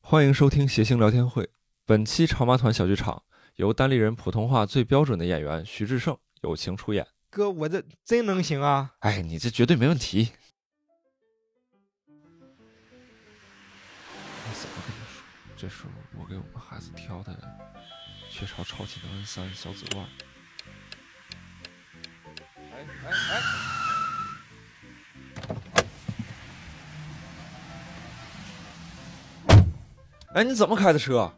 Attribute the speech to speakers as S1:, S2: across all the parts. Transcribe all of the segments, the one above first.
S1: 欢迎收听谐星聊天会。本期潮妈团小剧场由单立人普通话最标准的演员徐志胜友情出演。
S2: 哥，我这真能行啊！
S1: 哎，你这绝对没问题。哎我怎么跟你说？这是我给我们孩子挑的雀巢超级能 N 三小紫罐。
S2: 哎哎哎！
S1: 哎，你怎么开的车？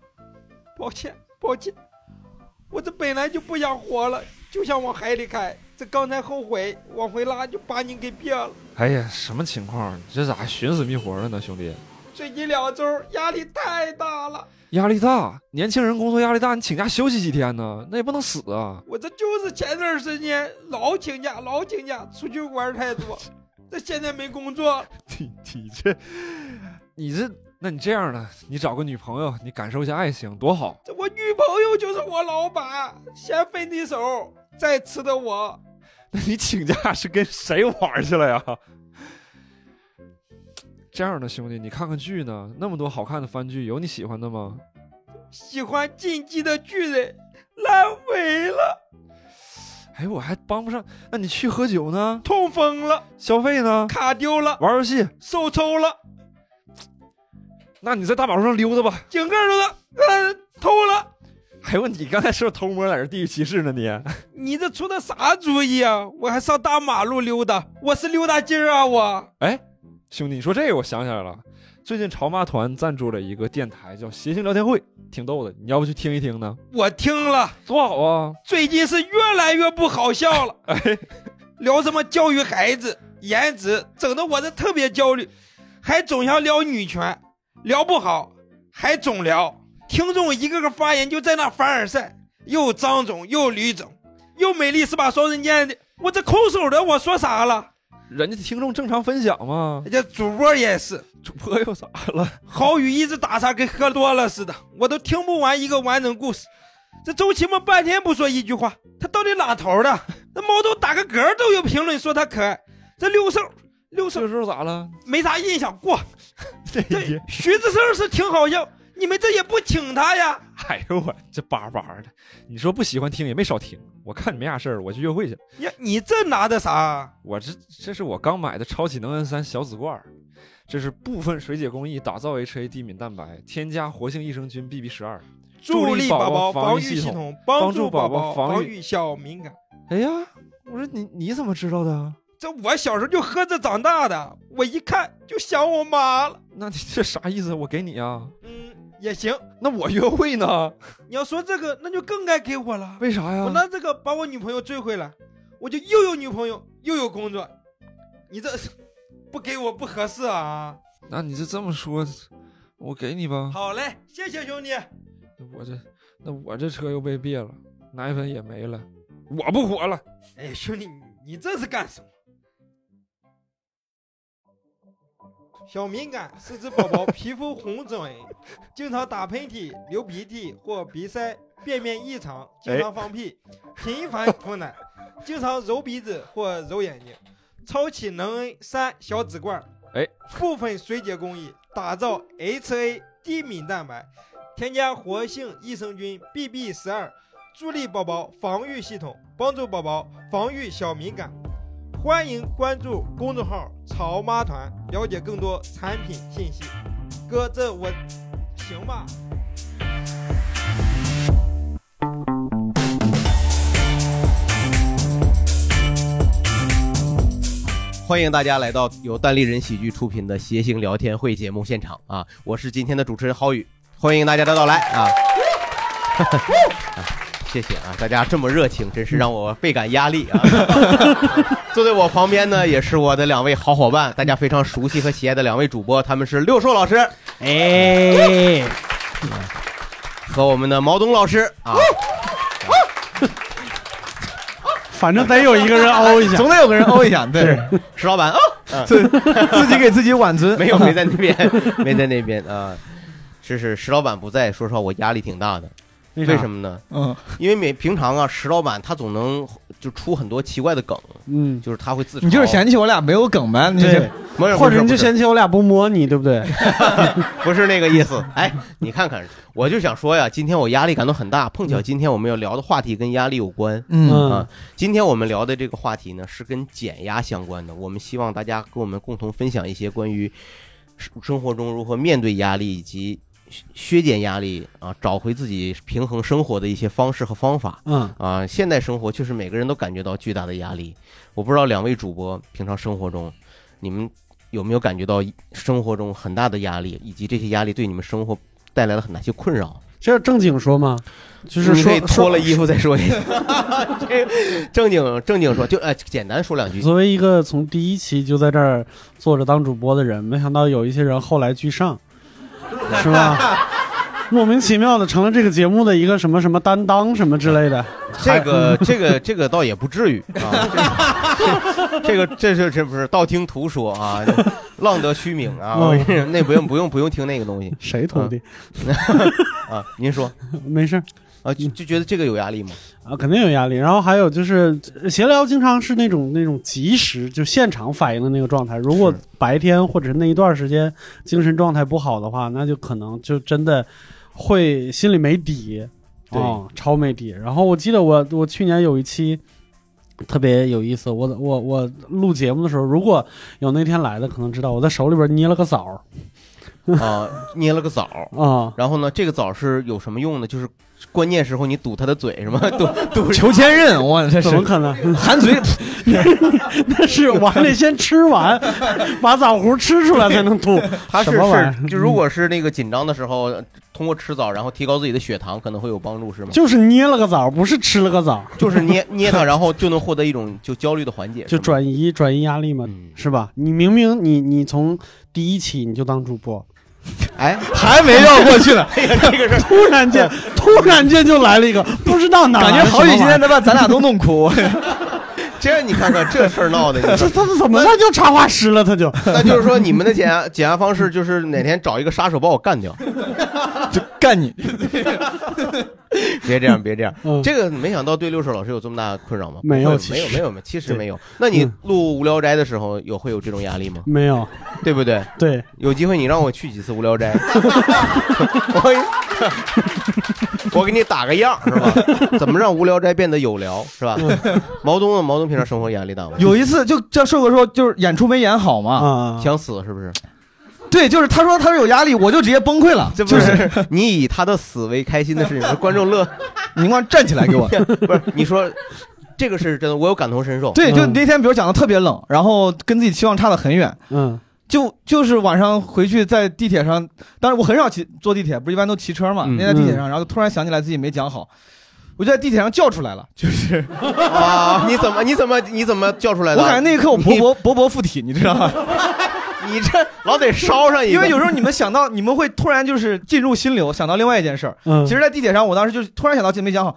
S2: 抱歉，抱歉，我这本来就不想活了，就想往海里开。这刚才后悔往回拉，就把你给别了。
S1: 哎呀，什么情况？你这咋寻死觅活的呢，兄弟？
S2: 最近两周压力太大了，
S1: 压力大，年轻人工作压力大，你请假休息几天呢？那也不能死啊！
S2: 我这就是前段时间老请假，老请假，出去玩太多。这现在没工作，
S1: 你你这，你这，那你这样的，你找个女朋友，你感受一下爱情多好。
S2: 这我女朋友就是我老板，先分的手，再吃的我。
S1: 那你请假是跟谁玩去了呀？这样的兄弟，你看看剧呢，那么多好看的番剧，有你喜欢的吗？
S2: 喜欢《进击的巨人》，烂尾了，
S1: 哎，我还帮不上。那你去喝酒呢？
S2: 痛风了，
S1: 消费呢？
S2: 卡丢了，
S1: 玩游戏？
S2: 手抽了。
S1: 那你在大马路上溜达吧。
S2: 井盖都了，呃，偷了。
S1: 哎呦，你刚才是不是偷摸在这地域歧视呢？你？
S2: 你这出的啥主意啊？我还上大马路溜达，我是溜达鸡儿啊！我
S1: 哎，兄弟，你说这个我想起来了，最近潮妈团赞助了一个电台，叫谐星聊天会，挺逗的，你要不去听一听呢？
S2: 我听了，
S1: 多好啊！
S2: 最近是越来越不好笑了，
S1: 哎，
S2: 聊什么教育孩子、颜值，整的我这特别焦虑，还总想聊女权，聊不好还总聊，听众一个个发言就在那凡尔赛，又张总又吕总，又美丽是把双刃剑的，我这空手的我说啥了？
S1: 人家听众正常分享嘛，
S2: 人家主播也是。
S1: 主播又咋了？
S2: 郝宇一直打岔，跟喝多了似的，我都听不完一个完整故事。这周奇墨半天不说一句话，他到底哪头的？那猫头打个嗝都有评论说他可爱，这六兽六兽
S1: 这时候咋了？
S2: 没啥印象过。
S1: 这一
S2: 这徐志胜是挺好笑，你们这也不请他呀？
S1: 哎呦我这巴巴的，你说不喜欢听也没少听，我看你没啥事儿，我去约会去了。
S2: 呀，你这拿的啥？
S1: 我这这是我刚买的超级能 N 三小紫罐儿，这是部分水解工艺打造 HA 低敏蛋白，添加活性益生菌 BB 十二。助力
S2: 力
S1: 宝
S2: 宝
S1: 宝防
S2: 防
S1: 御系
S2: 系
S1: 统
S2: 统，
S1: 帮
S2: 帮
S1: 助
S2: 助
S1: 宝
S2: 宝宝
S1: 宝防
S2: 防
S1: 御
S2: 御小敏感。
S1: 哎呀，我说你你怎么知道的啊？
S2: 这我小时候就喝这长大的，我一看就想我妈了。
S1: 那你这啥意思？我给你啊？
S2: 嗯，也行。
S1: 那我约会呢？
S2: 你要说这个，那就更该给我了。
S1: 为啥呀？
S2: 我拿这个把我女朋友追回来，我就又有女朋友又有工作，你这 是不给我不合适啊！
S1: 那你就这么说，我给你吧。
S2: 好嘞，谢谢兄弟。
S1: 我这那我这车又被别了，奶粉也没了，我不火了。
S2: 哎，兄弟，你你这是干什么？小敏感是指宝宝皮肤红疹， 经常打喷嚏、流鼻涕或鼻塞，便便异常，经常放屁，频繁吐奶，经常揉鼻子或揉眼睛。超起能 N 三小紫罐，
S1: 哎，
S2: 部分水解工艺打造 HA 低敏蛋白，添加活性益生菌 BB 十二，助力宝宝防御系统，帮助宝宝防御小敏感。欢迎关注公众号“潮妈团”，了解更多产品信息。哥，这我行吧？
S3: 欢迎大家来到由单立人喜剧出品的谐星聊天会节目现场啊！我是今天的主持人郝宇，欢迎大家的到来啊！ 啊谢谢啊，大家这么热情，真是让我倍感压力啊！ 坐在我旁边呢，也是我的两位好伙伴，大家非常熟悉和喜爱的两位主播，他们是六硕老师
S4: 哎，
S3: 和我们的毛东老师啊，
S4: 反正得有一个人凹一下。
S3: 总得有个人欧一下，对，石老板啊，嗯
S4: 自己给自己挽尊
S3: 没有，没在那 边，没在那边啊。是是，石老板不在，说实话我压力挺大的，为什
S4: 么？
S3: 么呢？
S4: 嗯，
S3: 因为每平常啊，石老板他总能就出很多奇怪的梗，
S4: 嗯，
S3: 就是他会自嘲。
S5: 你就是嫌弃我俩没有梗呗？你就
S4: 对，
S3: 没有，
S4: 或者你
S3: 不
S4: 就是嫌弃我俩不摸你，对不对？
S3: 不是那个意思。 哎，你看看，我就想说呀，今天我压力感到很大，碰巧今天我们要聊的话题跟压力有关。
S5: 嗯，
S4: 嗯
S3: 啊，今天我们聊的这个话题呢，是跟减压相关的。我们希望大家跟我们共同分享一些关于生生活中如何面对压力以及削削减压力啊，找回自己平衡生活的一些方式和方法
S4: 嗯，
S3: 啊。现代生活确实每个人都感觉到巨大的压力。我不知道两位主播平常生活中，你们有没有感觉到生活中很大的压力，以及这些压力对你们生活带来了很大些困扰？
S4: 这要正经说吗？就是
S3: 你可以
S4: 说
S3: 脱了
S4: 说
S3: 衣服再说一下。 这正经正经说，就呃简单说两句。
S4: 作为一个从第一期就在这儿坐着当主播的人，没想到有一些人后来居 上，是吧？莫名其妙的成了这个节目的一个什么什么担当什么之类的，
S3: 这
S4: 嗯
S3: 个这个这个倒也不至于啊。这个这这这不是道听途说啊，浪得虚名啊。
S4: 嗯
S3: 我那不用不用不用听那个东西
S4: 谁徒弟？
S3: 啊。您说
S4: 没事儿
S3: 啊，就就觉得这个有压力吗？
S4: 啊，肯定有压力。然后还有就是呃闲聊，经常是那种那种及时就现场反应的那个状态。如果
S3: 是
S4: 白天或者是那一段时间精神状态不好的话，那就可能就真的会心里没底，
S3: 对
S4: 哦超没底。然后我记得我我去年有一期。特别有意思，我我我录节目的时候，如果有那天来的，可能知道我在手里边捏了个枣儿
S3: 啊，捏了个枣儿。
S4: 啊，
S3: 然后呢，这个枣儿是有什么用呢？就是关键时候你堵他的嘴是吗？ 堵堵
S5: 求千仞，我这
S4: 怎么
S5: 是
S4: 可能？
S5: 含嘴
S4: 那是我还得先吃 完，把枣核吃出来才能吐。
S3: 他是
S4: 什么玩意
S3: 是
S4: 儿嗯
S3: 就如果是那个紧张的时候，通过吃枣然后提高自己的血糖可能会有帮助是吗？
S4: 就是捏了个枣，不是吃了个枣，
S3: 就是 捏 捏它，然后就能获得一种就焦虑的缓解，
S4: 就是
S3: 吗
S4: 转移转移压力嘛，
S3: 嗯，
S4: 是吧？你明明你你从第一期你就当主播，
S3: 哎，
S5: 还没绕过去 呢，
S4: 突然间突然间就来了一个不知道哪
S5: 感
S4: 来
S5: 觉
S4: 的
S5: 郝宇
S4: 什么玩
S5: 今
S4: 意
S5: 天
S4: 儿
S5: 能把咱俩都弄 哭。
S3: 这你看看 这事儿闹的，你
S4: 这
S3: 说
S4: 这怎么那就插花师了？他就
S3: 那就是说你们的减压减压方式就是哪天找一个杀手把我 干掉，
S5: 就干你！
S3: 别这样，别这样。
S4: 嗯
S3: 这个没想到对六婶老师有这么大的困扰吗？
S4: 没有
S3: 有，
S4: 其
S3: 没有，
S4: 实
S3: 没有，没有，其实
S4: 对
S3: 没有。那你
S4: 嗯
S3: 录《无聊斋》的时候有会有这种压力吗？
S4: 没有
S3: 对不对？
S4: 对，
S3: 有机会你让我去几次无聊斋， 我我给你打个样是吧？怎么让无聊斋变得有聊是吧？
S4: 嗯
S3: 毛东呢？毛东平常生活压力大吗？
S5: 有一次就这帅哥说，就是演出没演好嘛，
S4: 啊，
S3: 想死是不是？
S5: 对，就是他说他是有压力，我就直接崩溃了，
S3: 这
S5: 就
S3: 不
S5: 是
S3: 是你以他的死为开心的事情，观众 乐
S5: 你给我站起来给我。
S3: 不是？你说这个是真的，我有感同身受。
S5: 对，就
S4: 嗯
S5: 那天比如讲的特别冷，然后跟自己期望差的很远，
S4: 嗯
S5: 就就是晚上回去在地铁上，当然我很少骑坐地铁，不是一般都骑车嘛。
S3: 嗯
S5: 那天在地铁上，然后突然想起来自己没讲好，我就在地铁上叫出来了，就是
S3: 啊，你怎么你怎么你怎么叫出来
S5: 我
S3: 的？
S5: 感觉那一刻我勃勃勃勃附体，你知道吗？
S3: 你这老得烧上一个，
S5: 因为有时候你们想到，你们会突然就是进入心流，想到另外一件事儿。
S4: 嗯，
S5: 其实，在地铁上，我当时就是突然想到，这没讲好，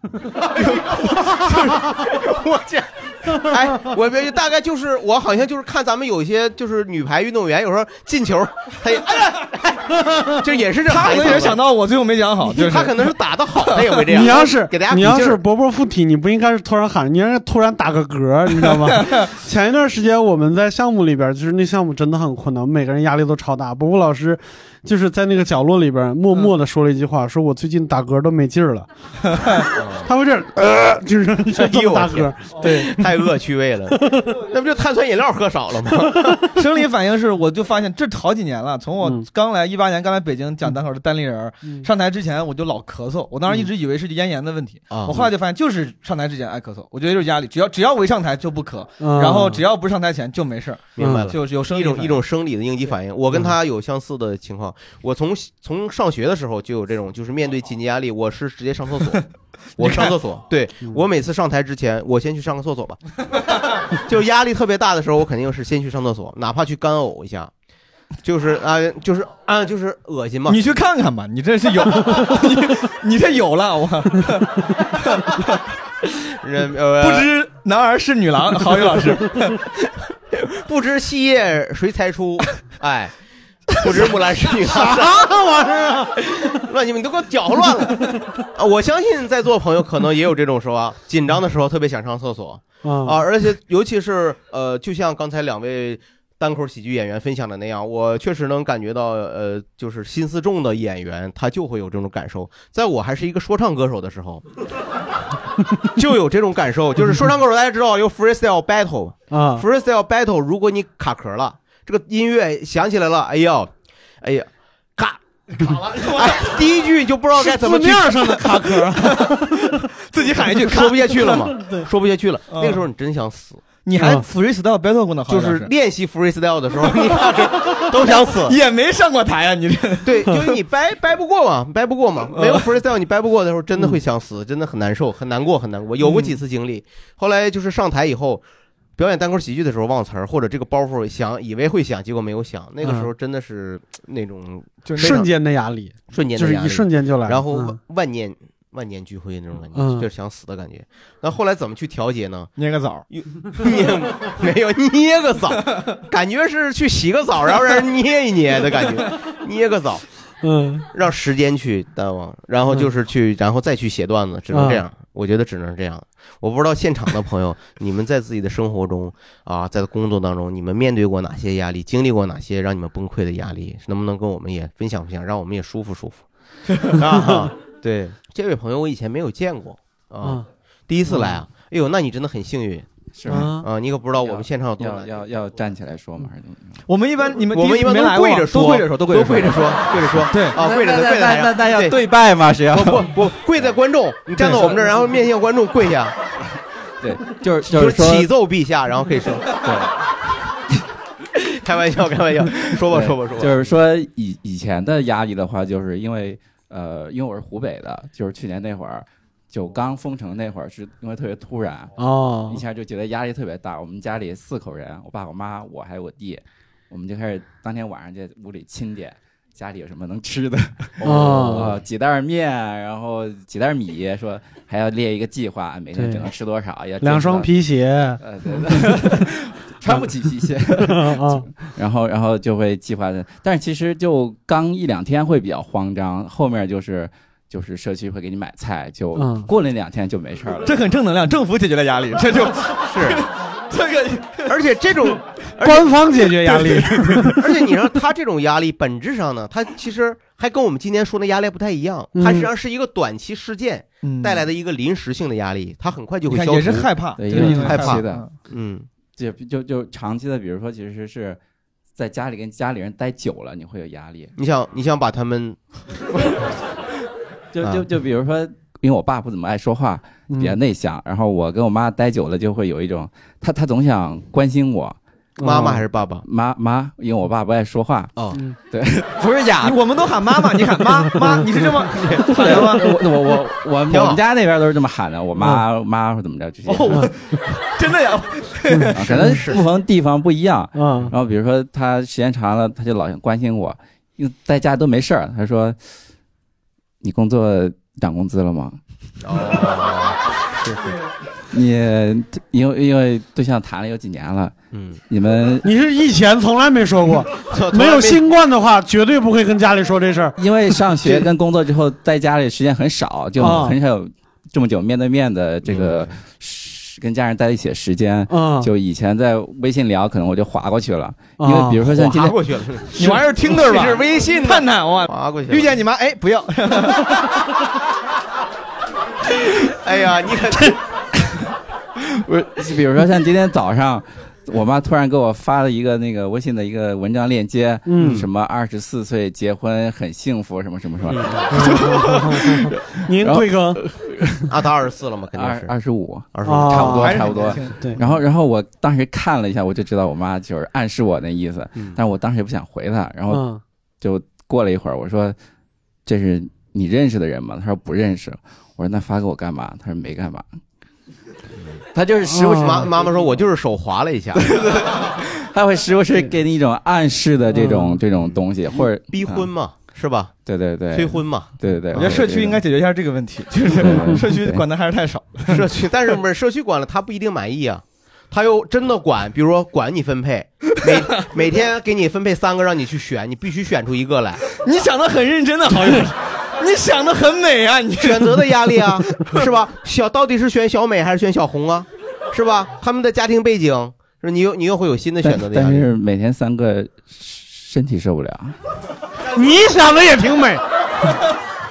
S3: 我去，哎，我别大概就是我好像就是看咱们有一些就是女排运动员，有时候进球，他也哎呀，哎就也是这
S5: 他可
S3: 孩子
S5: 能也是想
S3: 到，
S5: 到我最后没讲好，就是
S3: 他可能是打的好， 他也会这样。
S4: 你要是
S3: 给大家
S4: 你
S3: 鼓
S4: 要
S3: 劲
S4: 是
S3: 儿
S4: 伯伯附体，你不应该是突然喊，你应该是突然打个嗝，你知 道吗？前一段时间我们在项目里边，就是那项目真的很困难，我们每个人压力都超大。伯伯老师就是在那个角落里边默默的说了一句话，说我最近打嗝都没劲儿了。他会这 样，呃，就是这么打嗝。对，
S3: 太恶趣味 了，那不就 碳酸饮料喝少了吗？
S5: 生理反应是，我就发现这好几年了，从我
S4: 嗯
S5: 刚来一八年刚来北京讲单口的单立人儿，
S4: 嗯
S5: 上台之前我就老咳嗽，我当时一直以为是咽炎的问题，
S3: 啊
S5: 我后来就发现就是上台之前爱咳嗽，我觉得就是压力，只要只要我一上台就不咳，
S4: 嗯
S5: 然后只要不是上台前就没事儿，
S3: 明白了。
S5: 嗯就是有生理
S3: 一种
S5: 反
S3: 一
S5: 应嗯
S3: 种生理的应激反应，我跟他有相似的情况。我从从上学的时候就有这种，就是面对紧急压力，我是直接上厕 所。我上厕所，对
S4: 嗯
S3: 我每次上台之前，我先去上个厕所吧。 就压力特别大的时候，我肯定是先去上厕所，哪怕去干呕一下，就是啊、就是啊、就是恶心嘛。
S5: 你去看看吧，你这是有，你你这有了，我
S3: 人呃
S5: 不知男儿是女郎， 郝宇老师，
S3: 不知细叶谁裁出，哎。不知木兰是女啥玩意儿啊？乱你们都给我搅和乱了啊！我相信在座朋友可能也有这种时候啊，紧张的时候特别想上厕所啊，
S4: 啊，
S3: 而且尤其是呃，就像刚才两位单口喜剧演员分享的那样，我确实能感觉到，呃，就是心思重的演员他就会有这种感受。在我还是一个说唱歌手的时候， 就有这种感受，就是说唱歌手大家知道有 freestyle battle
S4: 啊
S3: freestyle battle，如果你卡壳了，这个音乐响起来了，哎呦，哎呀，卡。卡了，哎， 第一句就不知道该怎么去
S4: 是字面上的卡壳，
S3: 自己 喊一句，说不下去了嘛，
S4: 对
S3: 说不下去了。
S5: 嗯
S3: 那个时候你真想死，
S5: 你还
S4: 嗯
S5: freestyle battle 过呢，好
S3: 就
S5: 像。
S3: 是练习 freestyle 的时候，你看这都想死
S5: 也没上过台啊，你这
S3: 对，就是你掰掰不过嘛，掰不过嘛，
S4: 嗯
S3: 没有 freestyle 你掰不过的时候，真的会想死，真的很难受，很难过，很难过。有过几次经
S4: 嗯
S3: 历，后来就是上台以后。表演单口喜剧的时候忘词儿，或者这个包袱想以为会想，结果没有想。那个时
S4: 嗯
S3: 候真的是呃那种
S5: 就是
S4: 瞬间的压力，
S3: 瞬间
S4: 就
S3: 的
S4: 是
S3: 压力
S4: 一，瞬间就来了。
S3: 然后
S4: 嗯
S3: 万万念万念俱灰那种感觉，
S4: 嗯
S3: 就是想死的感觉。那后来怎么去调节呢？
S5: 捏个枣，
S3: 捏没有捏个澡，感觉是去洗个澡，然后让人捏一捏的感 觉，捏个澡，
S4: 嗯
S3: 让时间去淡忘，然后就是去，然后再去写段子，只能这样。我觉得只能这样。我不知道现场的朋友，你们在自己的生活中啊，在工作当中，你们面对过哪些压力，经历过哪些让你们崩溃的压力，能不能跟我们也分享分享，让我们也舒服舒服啊？对，这位朋友我以前没有见过啊，
S4: 啊
S3: 第一次来啊，哎呦，那你真的很幸运。
S6: 是
S4: 啊
S3: 啊，你可不知道我们现场有多
S6: 要
S3: 难。
S6: 要要站起来说吗？还是
S5: 我们一般你们
S3: 我们一般
S5: 没
S3: 都
S5: 来过
S3: 跪着说，
S5: 都跪着说，都
S3: 都
S5: 跪着
S3: 跪着说，跪着说
S5: 对
S3: 啊，跪着的跪在台
S6: 那
S3: 上，
S6: 那要
S3: 对
S6: 对拜吗？谁要
S3: 不不不跪在观众，你站到我们这儿，然后面向观众跪下，
S6: 对，就是
S3: 就
S6: 就是是说
S3: 启奏陛下，然后可以说，开玩笑，开玩笑，说吧
S6: 对
S3: 说吧说吧，，
S6: 就是说以以前的压力的话，就是因为呃，因为我是湖北的，就是去年那会儿，就刚封城那会儿，是因为特别突然，
S4: 哦
S6: 一，下就觉得压力特别大。我们家里四口人，我爸、我妈、我还有我弟，我们就开始当天晚上就在屋里清点家里有什么能吃的，
S4: 哦
S6: 呃几袋儿面，然后几袋儿米，说还要列一个计划，每天只能吃多少，要
S4: 两双
S6: 皮。
S4: 皮鞋
S6: 呃，对对穿不起皮鞋，
S4: 啊，
S6: 然后然后就会计划的，但是其实就刚一两天会比较慌张，后面就是就是社区会给你买菜，就
S4: 嗯
S6: 过了两天就没事儿了。
S5: 这很正能量，政府解决了压力，这就是 这个
S3: 而且这 种，
S4: 官方解决压力，
S3: 而且你让他这种压力，本质上呢，他其实还跟我们今天说的压力不太一样，
S4: 嗯
S3: 它实际上是一个短期事件带来
S5: 的
S3: 的一个临时性的压力，它很快就
S5: 嗯你
S3: 会
S5: 看
S3: 消
S5: 也是
S3: 除，
S5: 害怕，
S6: 对
S5: 就是
S6: 因为
S5: 因为
S3: 害怕
S5: 怕
S6: 的，
S3: 嗯，
S6: 就就就长期的，比如说其实是在家里跟家里人待久了，你会有压力。
S3: 你想你想把 他们
S6: 就
S3: 啊
S6: 就就比如说，因为我爸不怎么爱说话，比较
S4: 嗯
S6: 内向，然后我跟我妈待久了就会有一种，他他总想关心我，嗯
S3: 妈妈还
S4: 哦
S3: 是爸爸
S6: 妈妈，因为我爸不爱说话，
S4: 嗯
S5: 不是假， 我们都喊妈妈，你喊妈妈，你是 这么喊的吗？
S6: 我我我我我
S3: 挺好
S6: 们家那边都是这么喊的，我妈妈或怎么着这些，嗯
S5: 哦，我真的呀，
S6: 啊可
S5: 嗯
S6: 能不同地方不一样。
S4: 啊
S6: 然后比如说她时间长了，她就老想关心我，因为在家都没事儿，她说：“你工作涨工资了吗？你因为因为对象谈了有几年了，
S3: 嗯，
S6: 你们
S4: 你是以前从来没说过，
S3: 从
S4: 没有新冠的话，绝对不会跟家里说这事儿。
S6: 因为上学跟工作之后，在家里时间很少，就
S4: 啊
S6: 很少有这么久面对面的这个
S3: 嗯
S6: 时跟家人在一起的时间。”
S4: 嗯，
S6: 就以前在微信聊，可能我就划过去了，因
S4: 啊
S6: 为比如说像今
S3: 划
S6: 天，
S3: 过去了，
S5: 哦你玩意儿听的吧？
S3: 是微信
S5: 探探我
S3: 划过去了，
S5: 遇见你妈，哎，不要，
S3: 哎呀，你可真
S6: 不是，比如说像今天早上，我妈突然给我发了一个那个微信的一个文章链接，
S4: 嗯
S6: 什么二十四岁结婚很幸福，什么什么什么，
S4: 嗯 您
S6: 然后
S4: 贵庚？
S3: 啊，他二十四了嘛，肯定
S6: 二
S3: 是
S6: 二十五，哦
S3: 二十
S4: 啊
S3: 五，
S6: 差不多
S5: 还是
S6: 差不
S5: 很
S6: 多
S5: 年。轻
S4: 对，
S6: 然后，然后我当时看了一下，我就知道我妈就是暗示我那意思，
S3: 嗯
S6: 但是我当时也不想回她。然后
S4: 嗯
S6: 就过了一会儿，我说：“这是你认识的人吗？”她说不认识。我说：“那发给我干嘛？”她说：“没干嘛。”她就是时不时
S3: 妈妈妈说，我就是手滑了 一下，
S6: 他会时不时给你一种暗示的这种、这种东西，或者
S3: 嗯逼婚
S6: 啊
S3: 嘛，是吧？
S6: 对对对，
S3: 催，婚嘛，
S6: 对对对。
S5: 我觉得社区应该解决一下这个问 题，就
S6: 对对
S5: 是
S6: 对
S5: 社区管的还是太少。
S3: 社 区，但是不是社区管了，他不一定满意啊。他又真的管，比如说管你分配，每每天给你分配三个让你去选，你必须选出一个来。
S5: 你想的很认真的，好像。你想的很美啊！你
S3: 选择的压力 啊，是吧？小到底是选小美还是选小红啊？是吧？他们的家庭背景，是你又你又会有新的选择的压
S6: 但
S3: 力。
S6: 是每天三个身体受不了，
S4: 你想的也挺 美，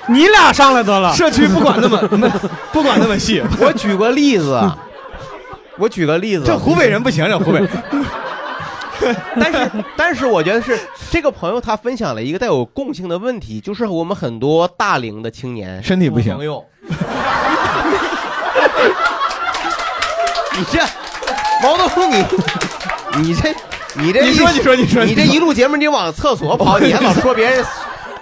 S4: 你俩上来得了。
S5: 社区不管 那么那不管那么细，
S3: 我举个例子，啊 我举个例子，啊
S5: 这湖北人不行，啊这湖北
S3: 但是，但是我觉得是这个朋友他分享了一个带有共性的问题，就是我们很多大龄的青年
S5: 身体不行
S3: 朋。 友，你这毛东，你你这你这
S5: 你说，你说，你说，
S3: 你这一路节目你往厕所跑，你还老说别人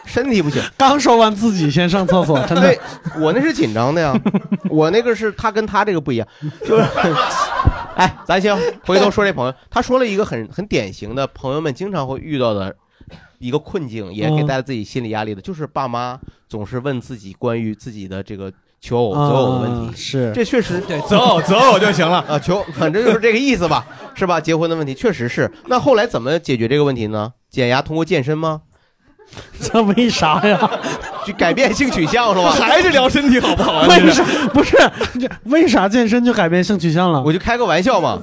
S3: 身体不行。
S4: 刚说完自己先上厕所，真的
S3: 对，我那是紧张的呀， 我那个是他跟他这个不一样，就是， 哎，咱先回头说这朋友，他说了一个很很典型的朋友们经常会遇到的一个困境，也给
S4: 嗯
S3: 大家自己心理压力的，就是爸妈总是问自己关于自己的这个求偶择偶的问
S4: 啊
S3: 题，
S4: 是
S3: 这确实对
S5: 择偶择偶就行了。
S3: 啊，求反正就是这个意思吧，是吧？结婚的问题确实是，那后来怎么解决这个问题呢？减压通过健身吗？
S4: 这为啥 呀？
S3: 去改变性取向是吧？
S5: 还是聊身体好不好啊？
S4: 为啥不是？这为啥健身就改变性取向了？
S3: 我就开个玩笑嘛，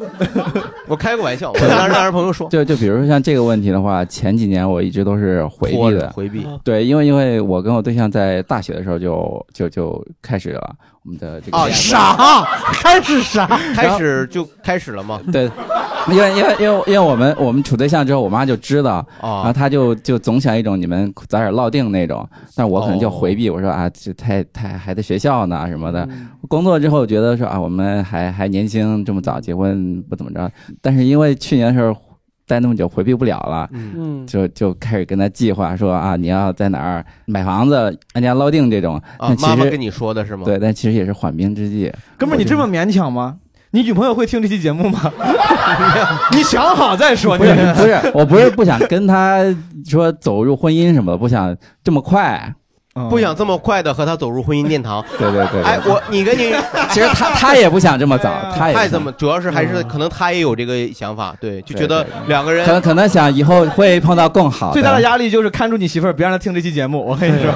S3: 我开个 玩笑，我当时 让人朋友说
S6: 就就比如说像这个问题的话，前几年我一直都是回
S3: 拖
S6: 避
S3: 着
S6: 的，
S3: 回避。
S6: 对，因为因为我跟我对象在大学的时候就就就开始了我们的这个
S3: 啊
S6: 恋爱
S4: 啥？开始啥？
S3: 开始就开始了嘛，
S6: 对，因为因为因为因为我们我们处对象之后，我妈就知道，然后
S3: 啊，
S6: 她就就总想一种你们早点落定那种，但是我可能就回
S3: 哦
S6: 避，我说啊，这太太还在学校呢什么的，
S3: 嗯
S6: 工作之后觉得说啊，我们还还年轻，这么早结婚不怎么着，但是因为去年的时候待那么久，回避不了了。
S3: 嗯，
S4: 嗯，
S6: 就就开始跟他计划说啊，你要在哪儿买房子，按家捞定这种。
S3: 啊
S6: 但，其
S3: 妈妈
S6: 实
S3: 跟你说的是吗？
S6: 对，但其实也是缓兵之计。
S5: 哥们儿，你这么勉强吗？你女朋友会听这期节目吗？ 你想好再说。
S6: 不
S5: 你
S6: 是不 是，我不是不想跟他说走入婚姻什么的，不想这么快。
S3: 不想这么快的和他走入婚姻殿堂。
S6: 对对对对
S3: 嗯哎，我你跟你
S6: 其实他他也不想这么早，他也不
S3: 太
S6: 想
S3: 这么，主要是还
S4: 嗯
S3: 是可能他也有这个想法，对，就觉
S6: 对
S3: 得
S6: 对对
S3: 两个
S6: 可能
S3: 人
S6: 可能想以后会碰到更好
S5: 最大的
S6: 的。
S5: 压力就是看住你媳妇儿，别让她听这期节目。我跟 你说，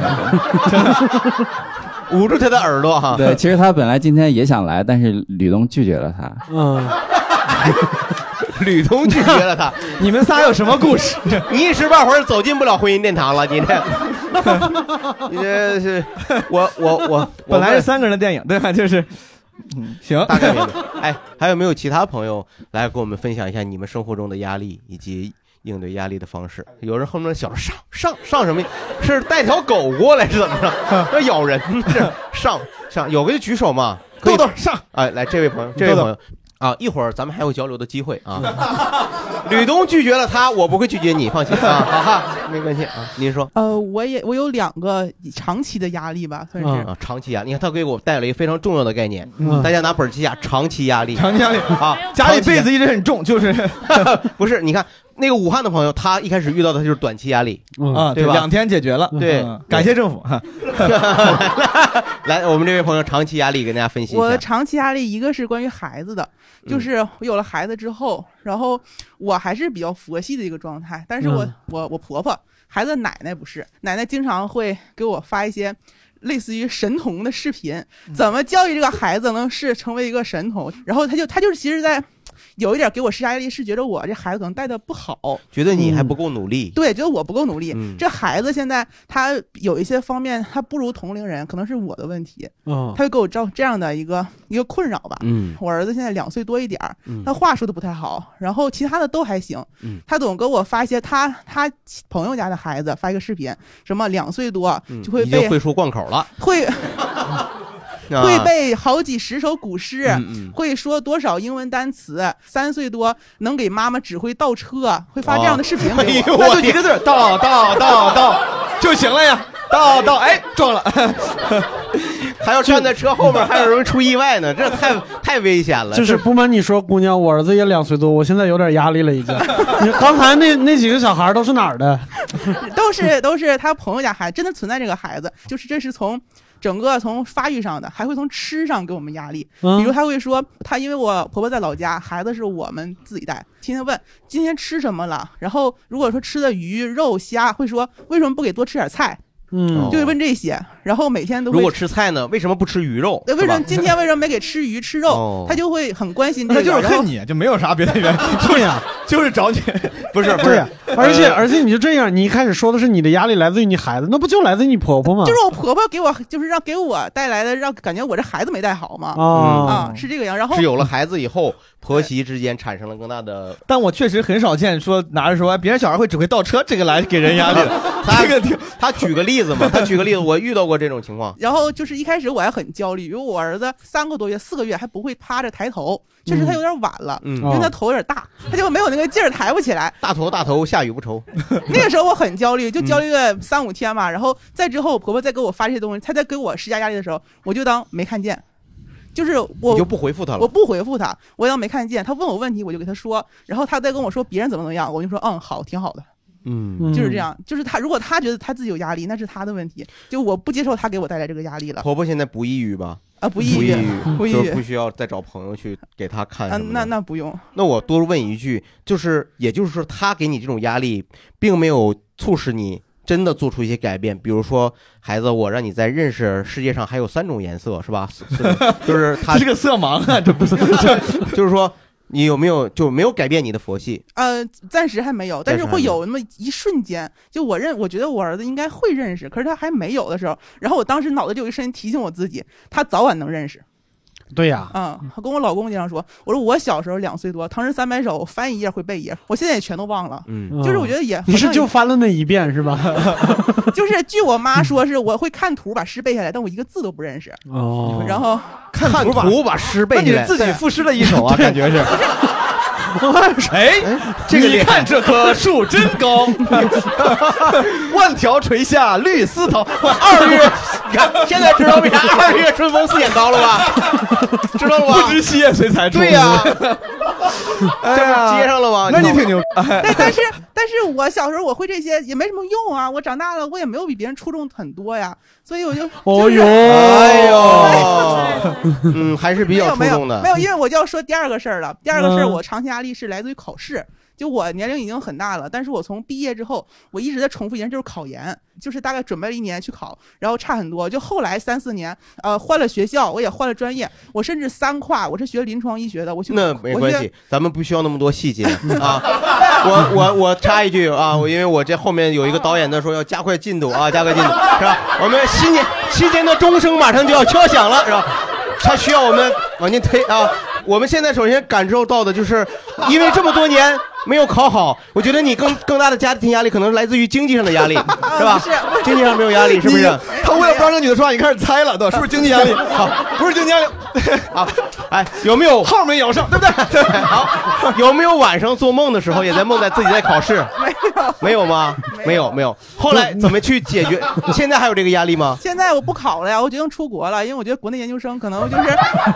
S3: 捂住他的耳朵哈，
S6: 对，其实他本来今天也想来，但是吕东拒绝了他。
S4: 嗯，
S3: 吕东拒绝了他，
S5: 你们仨有什么故事？
S3: 你一时半会儿走进不了婚姻殿堂了，你这，你这是我我我
S5: 本来
S3: 是
S5: 是三个人的电影，对 吧？就是，嗯，行，
S3: 大概明白。 哎，还有没有其他朋友来跟我们分享一下你们生活中的压力以及应对压力的方式？有人后面想着上上上什么？是带条狗过来是怎么着？ 要咬人是上上，有个就举手嘛。可以
S5: 豆豆上，
S3: 哎，来这位朋友，这位朋友。啊，一会儿咱们还有交流的机会 啊！吕东拒绝了他，我不会拒绝你，放心啊，好哈，没关系啊。您说
S7: 呃，我也我有两个长期的压力吧，算是。
S4: 嗯
S3: 啊，长期压，你看他给我带来一个非常重要的概念，
S4: 嗯
S3: 大家拿本儿记下，长期压力
S5: 强压力，
S3: 啊，
S5: 家里
S3: 长期压
S5: 被子一直很重，就是
S3: 不是，你看那个武汉的朋友，他一开始遇到的就是短期压力。
S5: 啊，
S3: 嗯对吧
S5: 两天解决了，
S3: 对
S5: 嗯感谢政府哈。
S3: 来，我们这位朋友长期压力跟大家分析一
S7: 我
S3: 下。
S7: 长期压力一个是关于孩子的，
S3: 嗯
S7: 就是我有了孩子之后，然后我还是比较佛系的一个状态，但是我、
S4: 嗯
S7: 我我婆婆孩子的奶奶不是，奶奶经常会给我发一些。类似于神童的视频，
S3: 嗯
S7: 怎么教育这个孩子能是成为一个神童？然后他就他就是其实在有一点给我施加压力，是觉得我这孩子可能带的不好，
S3: 觉得你还不够努力，
S7: 对，觉得我不够努力。
S3: 嗯
S7: 这孩子现在他有一些方面他不如同龄人，可能是我的问题，
S4: 嗯
S7: 他就给我造这样的一个一个困扰吧。
S3: 嗯
S7: 我儿子现在两岁多一点儿
S3: 嗯，
S7: 他话说的不太好，然后其他的都还行
S3: 嗯。
S7: 他总给我发一些他他朋友家的孩子发一个视频，什么两岁多
S3: 嗯
S7: 就会
S3: 已经
S7: 背
S3: 会说贯口了，
S7: 会
S3: 啊
S7: 会背好几十首古诗，
S3: 嗯嗯
S7: 会说多少英文单词，三岁多能给妈妈指挥倒车，会发这样的视频
S3: 哎
S7: 给
S3: 呦
S7: 我。
S5: 那就一个字儿，到到到到就行了呀，到到，哎，撞了，
S3: 还要站在车后面，还有容易出意外呢，这太太危险了。
S4: 就是不瞒你说，姑娘，我儿子也两岁多，我现在有点压力了，已经。你刚才那那几个小孩都是哪儿的？
S7: 都是都是他朋友家孩子，真的存在这个孩子，就是这是从整个从发育上的，还会从吃上给我们压力。
S4: 嗯
S7: 比如他会说，他因为我婆婆在老家，孩子是我们自己带，天天问今天吃什么了。然后如果说吃的鱼肉虾，会说为什么不给多吃点菜？
S4: 嗯
S7: 就会问这些，然后每天都会
S3: 哦如。果吃菜呢，为什么不吃鱼肉？
S7: 呃为什么
S3: 是吧
S7: 今天为什么没给吃鱼吃肉？
S3: 哦
S7: 他就会很关心这
S5: 那
S7: 个。
S5: 就是
S7: 然后
S5: 恨你，就没有啥别的 原因，
S4: 对呀、
S5: 就是找你，
S3: 不是 不
S4: 对
S3: 是
S4: 呀、而且
S3: 呃
S4: 而且你就这样，你一开始说的是你的压力来自于你孩子，那不就来自于你婆婆吗？
S7: 就是我婆婆给我，就是让给我带来的，让感觉我这孩子没带好嘛。
S5: 哦
S4: 啊，
S7: 啊，是这个 样。然后
S3: 是有了孩子以后，婆媳之间产生了更大的
S5: 但我确实很少见说拿着说哎别人小孩会只会倒车这个来给人压力的，
S3: 他
S5: 这个挺
S3: 他举个例子嘛，他举个例子，我遇到过这种 情况。
S7: 然后就是一开始我还很焦虑，因为我儿子三个多月、四个月还不会趴着抬头，确实他有点晚了，
S3: 嗯，
S7: 因为他
S4: 哦
S7: 头有点大，他就没有那个劲儿抬不起来。
S3: 大头大头，下雨不愁。 嗯
S7: 那个时候我很焦虑，就焦虑了三五天嘛。然后再之后，我婆婆再给我发这些东西，她在给我施加压力的时候，我就当没看见，就是
S3: 你就
S7: 我。
S3: 不回复他
S7: 我
S3: 了。
S7: 不回复她，我当没看见。她问我问题，我就给她说，然后她再跟我说别人怎么怎么样，我就说嗯好，挺好的。
S3: 嗯，
S4: 嗯
S7: 就是这。样，就是他如果他觉得他自己有压力，那是他的问题，就我不接受他给我带来这个压力了
S3: 婆婆现在不抑郁吧？
S7: 啊，不抑
S3: 不抑
S7: 郁，
S3: 郁，
S7: 不抑
S3: 就是不
S7: 郁，
S3: 需要再找朋友去给他看
S7: 啊，
S3: 什么的。
S7: 那那不用，
S3: 那我多问一句，就是也就是说，他给你这种压力，并没有促使你真的做出一些改变。比如说，孩子，我让你再认识世界上还有三种颜色，是吧？ 是就是他
S5: 这是个色盲啊，这不是
S3: 就是说，你有没有就没有改变你的佛系？
S7: 呃，暂时还没有，但
S3: 暂
S7: 是
S3: 时还
S7: 会
S3: 没有
S7: 有那么一瞬间，就我认，我觉得我儿子应该会认识，可是他还没有的时候，然后我当时脑子里有一声音提醒我自己，他早晚能认识，
S4: 对呀、
S3: 啊
S7: 嗯，我跟我老公经常说，我说我小时候两岁多，《唐诗三百首》翻一页会背一页，我现在也全都忘了。
S3: 嗯，
S4: 嗯
S7: 就是我觉得也，
S4: 你是
S7: 好像
S4: 就翻了那一遍是 吧？
S7: 也就是据我
S3: 嗯
S7: 妈说是我会看图把诗背下来，但我一个字都不认识。
S4: 哦，
S7: 然后
S3: 看
S5: 图吧
S3: 图把诗背起来。
S5: 自己赋诗了一 首啊，感觉是。哎，
S3: 这个厉
S5: 你看这棵树真高， 万条垂下绿丝桃。
S3: 二月，你看现在知道为啥二月春风四剪刀了 吧？知道了吧？
S5: 不知细叶谁裁出？
S3: 对 呀、
S5: 哎
S3: 这不是接
S5: 呀，
S3: 上了吗？
S5: 那你挺牛。哎
S7: 但但是但是我小时候我会这些也没什么用啊，我长大了我也没有比别人出众很多呀，所以我就
S4: 哦呦，
S3: 哎呦，嗯，还是比
S7: 没
S3: 较
S7: 有
S3: 出
S7: 没有
S3: 众的
S7: 没。有，因为我就要说第二个事儿了。第二个事儿，
S4: 嗯
S7: 我长期压力是来自于考试。就我年龄已经很大了，但是我从毕业之后，我一直在重复一件事，就是考研，就是大概准备了一年去考，然后差很多。就后来三四年，呃，换了学校，我也换了专业，我甚至三跨，我是学临床医学的，我去
S3: 那没
S7: 我
S3: 关
S7: 学
S3: 系，咱们不需要那么 多细节啊！我我我插一句啊，我因为我这后面有一个导演在说要加快进度啊，加快进度是吧？我们新年新年的钟声马上就要敲响了是吧？他需要我们往前推啊！我们现在首先感受到的就是，因为这么多年没有考好，我觉得你更更大的家庭压力可能来自于经济上的压力，是吧
S7: 不是不？是
S3: 经济上没有压力是不
S5: 你
S3: 是？
S5: 他为了不让这女的说话，你开始猜了，对吧？是不是经济压力？好，不是经济压力，
S3: 啊，哎，有没有
S5: 号没摇上，对不对？
S3: 好，有没有晚上做梦的时候也在梦在自己在考试？
S7: 没有。
S3: 没有吗？没
S7: 没
S3: 有
S7: 有
S3: 没有。后来怎么去解决？现在还有这个压力吗？
S7: 现在我不考了呀，我决定出国了，因为我觉得国内研究生可能就是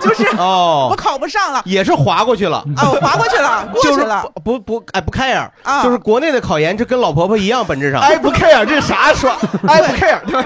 S7: 就是我
S3: 哦，
S7: 考不上了
S3: 也是划过去了，
S7: 啊，我划过去了，过
S3: 就
S7: 去
S3: 是
S7: 了。
S3: 不不不哎不 care，
S7: 啊
S3: 就是国内的考研，这跟老婆婆一样，本质上。
S5: 哎，不 care 这是啥说？哎，不 care 对吧？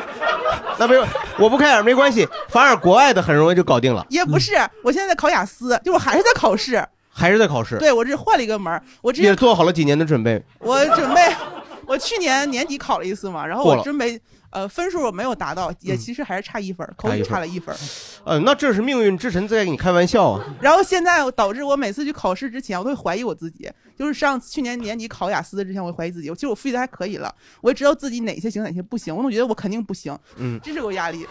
S3: 那没有，我不 care 没关系，反而国外的很容易就搞定了，嗯
S7: 也不是，我现在在考雅思，就我还是在考试。
S3: 还是在考试，
S7: 对我这换了一个门儿，我之前
S3: 也做好了几年的准备。
S7: 我准备， 我去年年底考了一次嘛，然后
S3: 过
S7: 我
S3: 了
S7: 准备，呃，分数我没有达到，也
S3: 嗯
S7: 其实还是差一分儿，
S3: 差
S7: 口
S3: 一
S7: 语
S3: 分儿
S7: 差了一分儿。
S3: 嗯，那这是命运之神在跟你开玩笑啊！
S7: 然后现在导致我每次去考试之前，我都会怀疑我自己。就是上去年年底考雅思之前，我会怀疑自己，其实我复习的还可以了，我也知道自己哪些行，哪些不行，我总觉得我肯定不行，
S3: 嗯，
S7: 这是给我压力。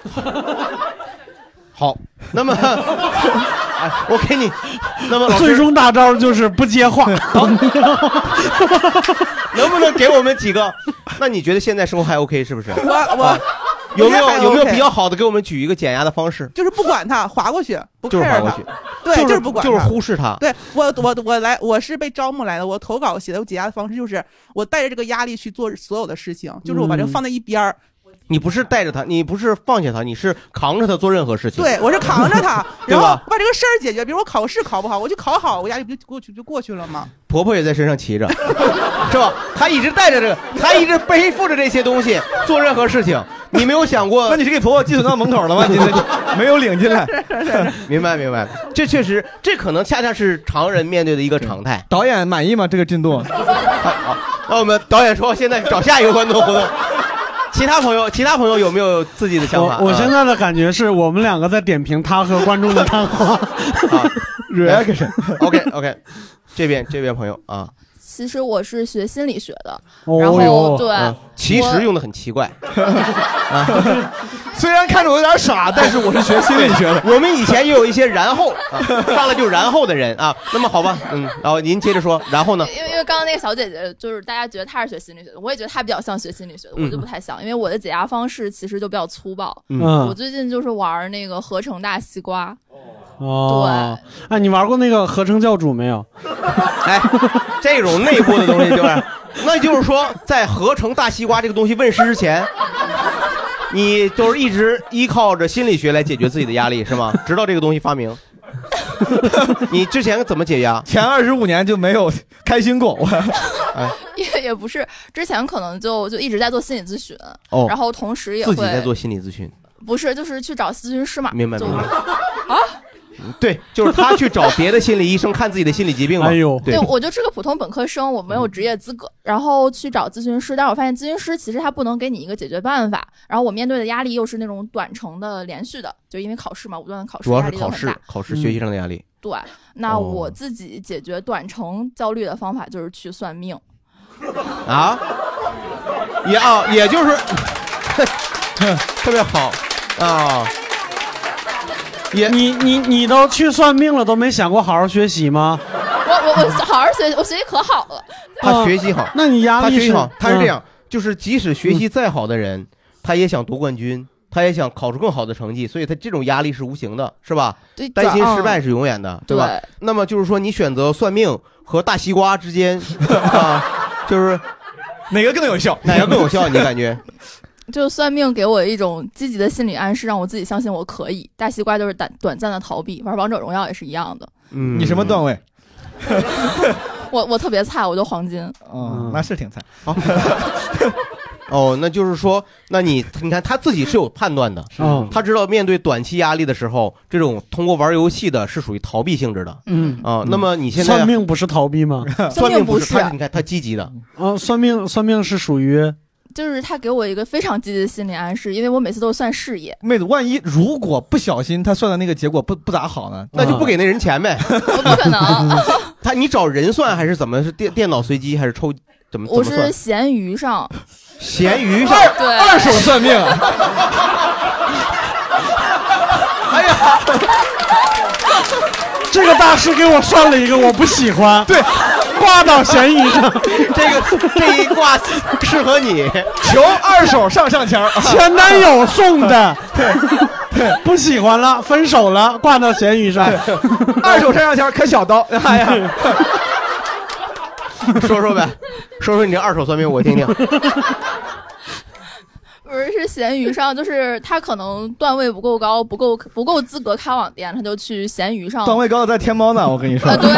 S3: 好， 那么，哎，我给你，那么老
S4: 最
S3: 师
S4: 终大招就是不接话。
S3: 能不能给我们几个？那你觉得现在生活还 OK 是不是？
S7: 我
S3: 啊
S7: 我
S3: 有没
S7: 我觉得还
S3: 有有没有
S7: OK
S3: 比较好的给我们举一个减压的方式？
S7: 就是不管他，划过去，不
S3: 就是
S7: care 他，
S3: 划过去，
S7: 对，
S3: 就是
S7: 不管
S3: 就是
S7: 他
S3: 忽视它。
S7: 对我，我我来，我是被招募来的。我投稿写的我解压的方式就是，我带着这个压力去做所有的事情，就是我把这个
S4: 嗯
S7: 放在一边儿，
S3: 你不是带着他，你不是放下他，你是扛着他做任何事情。，
S7: 对，我是扛着他
S3: 对
S7: 然
S3: 吧
S7: 后把这个事儿解决。比如我考试考不好，我就考好，我压力不就过去就过去了 吗？
S3: 婆婆也在身上骑着， 是吧？她一直带着这个，她一直背负着这些东西做任何事情。你没有想 过？那
S5: 你是给婆婆寄存到门口 了吗？你这没有领进来。
S3: 明白明白，这确实，这可能恰恰是常人面对的一个常态。
S5: 导演满意吗？这个进 度？
S3: 那我们导演说，现在找下一个观众活动。 其他朋友，其他朋友有没有自己的想法？
S4: 我我
S3: 啊
S4: 现在的感觉是我们两个在点评他和观众的谈话。
S3: 啊 哎
S5: reaction。
S3: OK OK，这边这边朋友啊，
S8: 其实我是学心理学的，
S3: 哦
S8: 然
S3: 哟
S8: 后对
S3: 嗯，其
S8: 我
S3: 实用的很奇怪。啊
S5: 虽然看着我有点傻，但是我是学心理学的。
S3: 我们以前也有一些然后啊，上来就然后的人啊。那么好吧，嗯，然后您接着说，然后呢？
S8: 因为因为刚刚那个小姐姐，就是大家觉得她是学心理学的，我也觉得她比较像学心理学的，
S3: 嗯
S8: 我就不太像，因为我的解压方式其实就比较粗暴。
S3: 嗯
S8: 我最近就是玩那个合成大西瓜，
S4: 哦，哎，你玩过那个合成教主没有？
S3: 哎，这种内部的东西就是，那就是说，在合成大西瓜这个东西问世之前，你就是一直依靠着心理学来解决自己的压力，是 吗？直到这个东西发明，你之前怎么解压？
S5: 前二十五年就没有开心过。我
S3: 哎，
S8: 也也不是之前可能就就一直在做心理咨询，
S3: 哦
S8: 然后同时也
S3: 自己在
S8: 会
S3: 做心理咨询，
S8: 不是就是去找咨询师嘛，
S3: 明白
S8: 就啊
S3: 明白。 对，就是他去找别的心理医生看自己的心理疾病嘛。哎
S4: 呦，
S3: 对，嗯
S8: 我就是个普通本科生，我没有职业资格，然后去找咨询师，但是我发现咨询师其实他不能给你一个解决办法，然后我面对的压力又是那种短程的、连续的，就因为考试嘛，无端的考试
S3: 主要
S8: 压
S3: 是
S8: 力都
S3: 考
S8: 很
S3: 试
S8: 大。，嗯
S3: 考
S4: 嗯
S3: 试学习上的压力。
S8: 对，那
S3: 哦
S8: 我自己解决短程焦虑的方法就是去算命。
S3: 啊，也啊，也就是 特别好啊。也
S4: 你你你都去算命了，都没想过好好学习吗？
S8: 我我我好好学习，我学习可好了。
S3: 他学习好，
S4: 哦那你压力
S3: 他学习
S4: 是
S3: 好，他是这样
S4: 嗯，
S3: 就是即使学习再好的人，他也想夺冠军，他也想考出更好的成绩，所以他这种压力是无形的，是吧
S8: 对？
S3: 担心
S8: 嗯
S3: 失败是永远的，对吧
S8: 对？
S3: 那么就是说，你选择算命和大西瓜 之间啊，就是
S5: 哪个更有效？
S3: 哪个更有效？你感 觉？
S8: 就算命给我一种积极的心理暗示，让我自己相信我可以。大西瓜就是短短暂的逃避，玩王者荣耀也是一样的。
S3: 嗯，
S5: 你什么段位？
S8: 我我特别菜，我就黄金。
S5: 哦，那是挺菜。
S3: 嗯 哦，那就是说，那你你看他自己是有判断的，
S4: 嗯
S3: 他知道面对短期压力的时候，这种通过玩游戏的是属于逃避性质的，
S4: 嗯
S3: 啊，那么你现在
S4: 算命不是逃避吗？
S3: 算命不是
S8: 啊
S3: 他，你看他积极的，
S4: 啊，算命算命是属于
S8: 就是他给我一个非常积极的心理暗示，因为我每次都是算事业，
S5: 妹子，万一如果不小心他算的那个结果不不咋好嗯呢？
S3: 那就不给那人钱呗，
S8: 不可能。
S3: 他你找人算还是怎么？是电电脑随机还是抽？怎嗯么怎
S8: 我
S3: 么
S8: 是
S3: 算？
S8: 闲鱼上，
S3: 闲鱼上，
S8: 对，
S5: 二手算命啊！
S3: 哎呀，
S4: 这个大师给我算了一个我不喜欢，对，挂到闲鱼上，
S3: 这 个这一卦适合你，
S5: 求二手上上签儿。
S4: 前男友送的， 不喜欢了，分手了，挂到闲鱼上，
S5: 二手上上签儿可小刀，哎呀，
S3: 说说呗，说说你这二手算命，我听听。
S8: 不是是闲鱼上，就是他可能段位不够高，不够不够资格开网店，他就去闲鱼上。
S5: 段位高的在天猫呢，我跟你说。 对，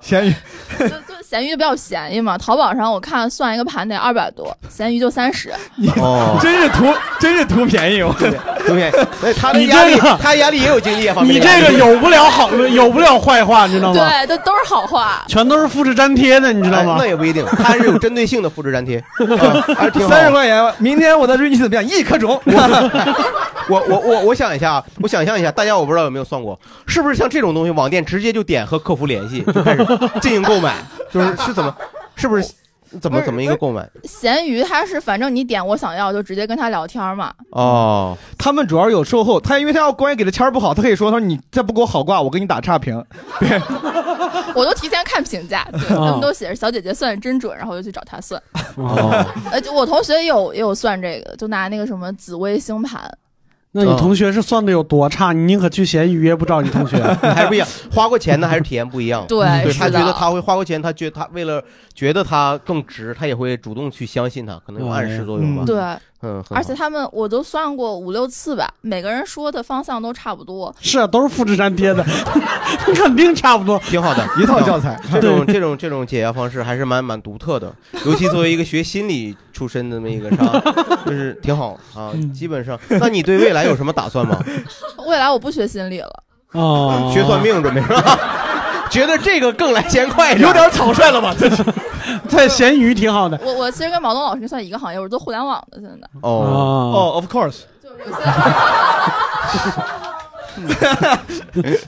S5: 咸鱼
S8: 就就闲鱼就比较便宜嘛，淘宝上我看算一个盘得二百多，闲鱼就三十。
S3: 哦，
S5: 真是图真是图便宜，我
S3: 对不对？那他的
S4: 你
S3: 压力
S4: 这个，
S3: 他压力也有精力啊，方面
S4: 你
S3: 的压
S4: 这
S3: 力
S4: 个有不了好，有不了坏话，你知道吗？
S8: 对，都都是好话。
S4: 全都是复制粘贴的，你知道
S3: 哎
S4: 吗
S3: 那？也不一定，它还是有针对性的复制 粘贴，啊还是挺好。
S5: 三十，块钱，明天我的运气怎么样？一颗种，
S3: 我我我我想一下啊，我想象一下，大家我不知道有没有算过，是不是像这种东西，网店直接就点和客服联系，就开始进行购买，就是是怎么，是不是怎么怎么一个购买？
S8: 闲鱼它是反正你点我想要就直接跟他聊天嘛，
S3: 哦，
S5: 他们主要有售后，他因为他要关系给的签儿不好，他可以说他说你再不给我好挂，我给你打差评。
S8: 我都提前看评价，对
S3: 啊
S4: 哦
S8: 他们都写着小姐姐算的真准，然后我就去找她算。
S3: 哦，
S8: 呃，就我同学也有也有算这个，就拿那个什么紫微星盘，
S4: 那你同学是算的有多差？你宁可去闲鱼也不找你同学。
S3: 还是不一样，花过钱的还是体验不一样。 嗯
S8: 对
S3: 对
S8: 是
S3: 他觉
S8: 的
S3: 得他会花过钱，他觉得他为了觉得他更值，他也会主动去相信他，可能有暗示作用吧。
S5: 嗯
S8: 对，
S3: 嗯，
S8: 而
S3: 很好
S8: 且他们我都算过五六次吧，每个人说的方向都差不多。
S4: 是啊，都是复制粘贴的，肯定差不多，
S3: 挺好的，
S4: 一套教材
S3: 这种
S4: 对
S3: 这种这种解压方式还是蛮蛮独特的，尤其作为一个学心理出身的这么一个啥，就是挺好啊。
S7: 嗯
S3: 基本上，那你对未来有什么打算吗？
S8: 未来我不学心理了，
S4: 哦
S3: 学算命准备是吧？ 觉得这个更来钱快，
S5: 有点草率了吧？这 是
S4: 在咸鱼挺好的。
S8: 我我其实跟毛东老师算一个行业，我是做互联网的，现在。
S4: 啊
S3: 哦
S5: 哦，of course，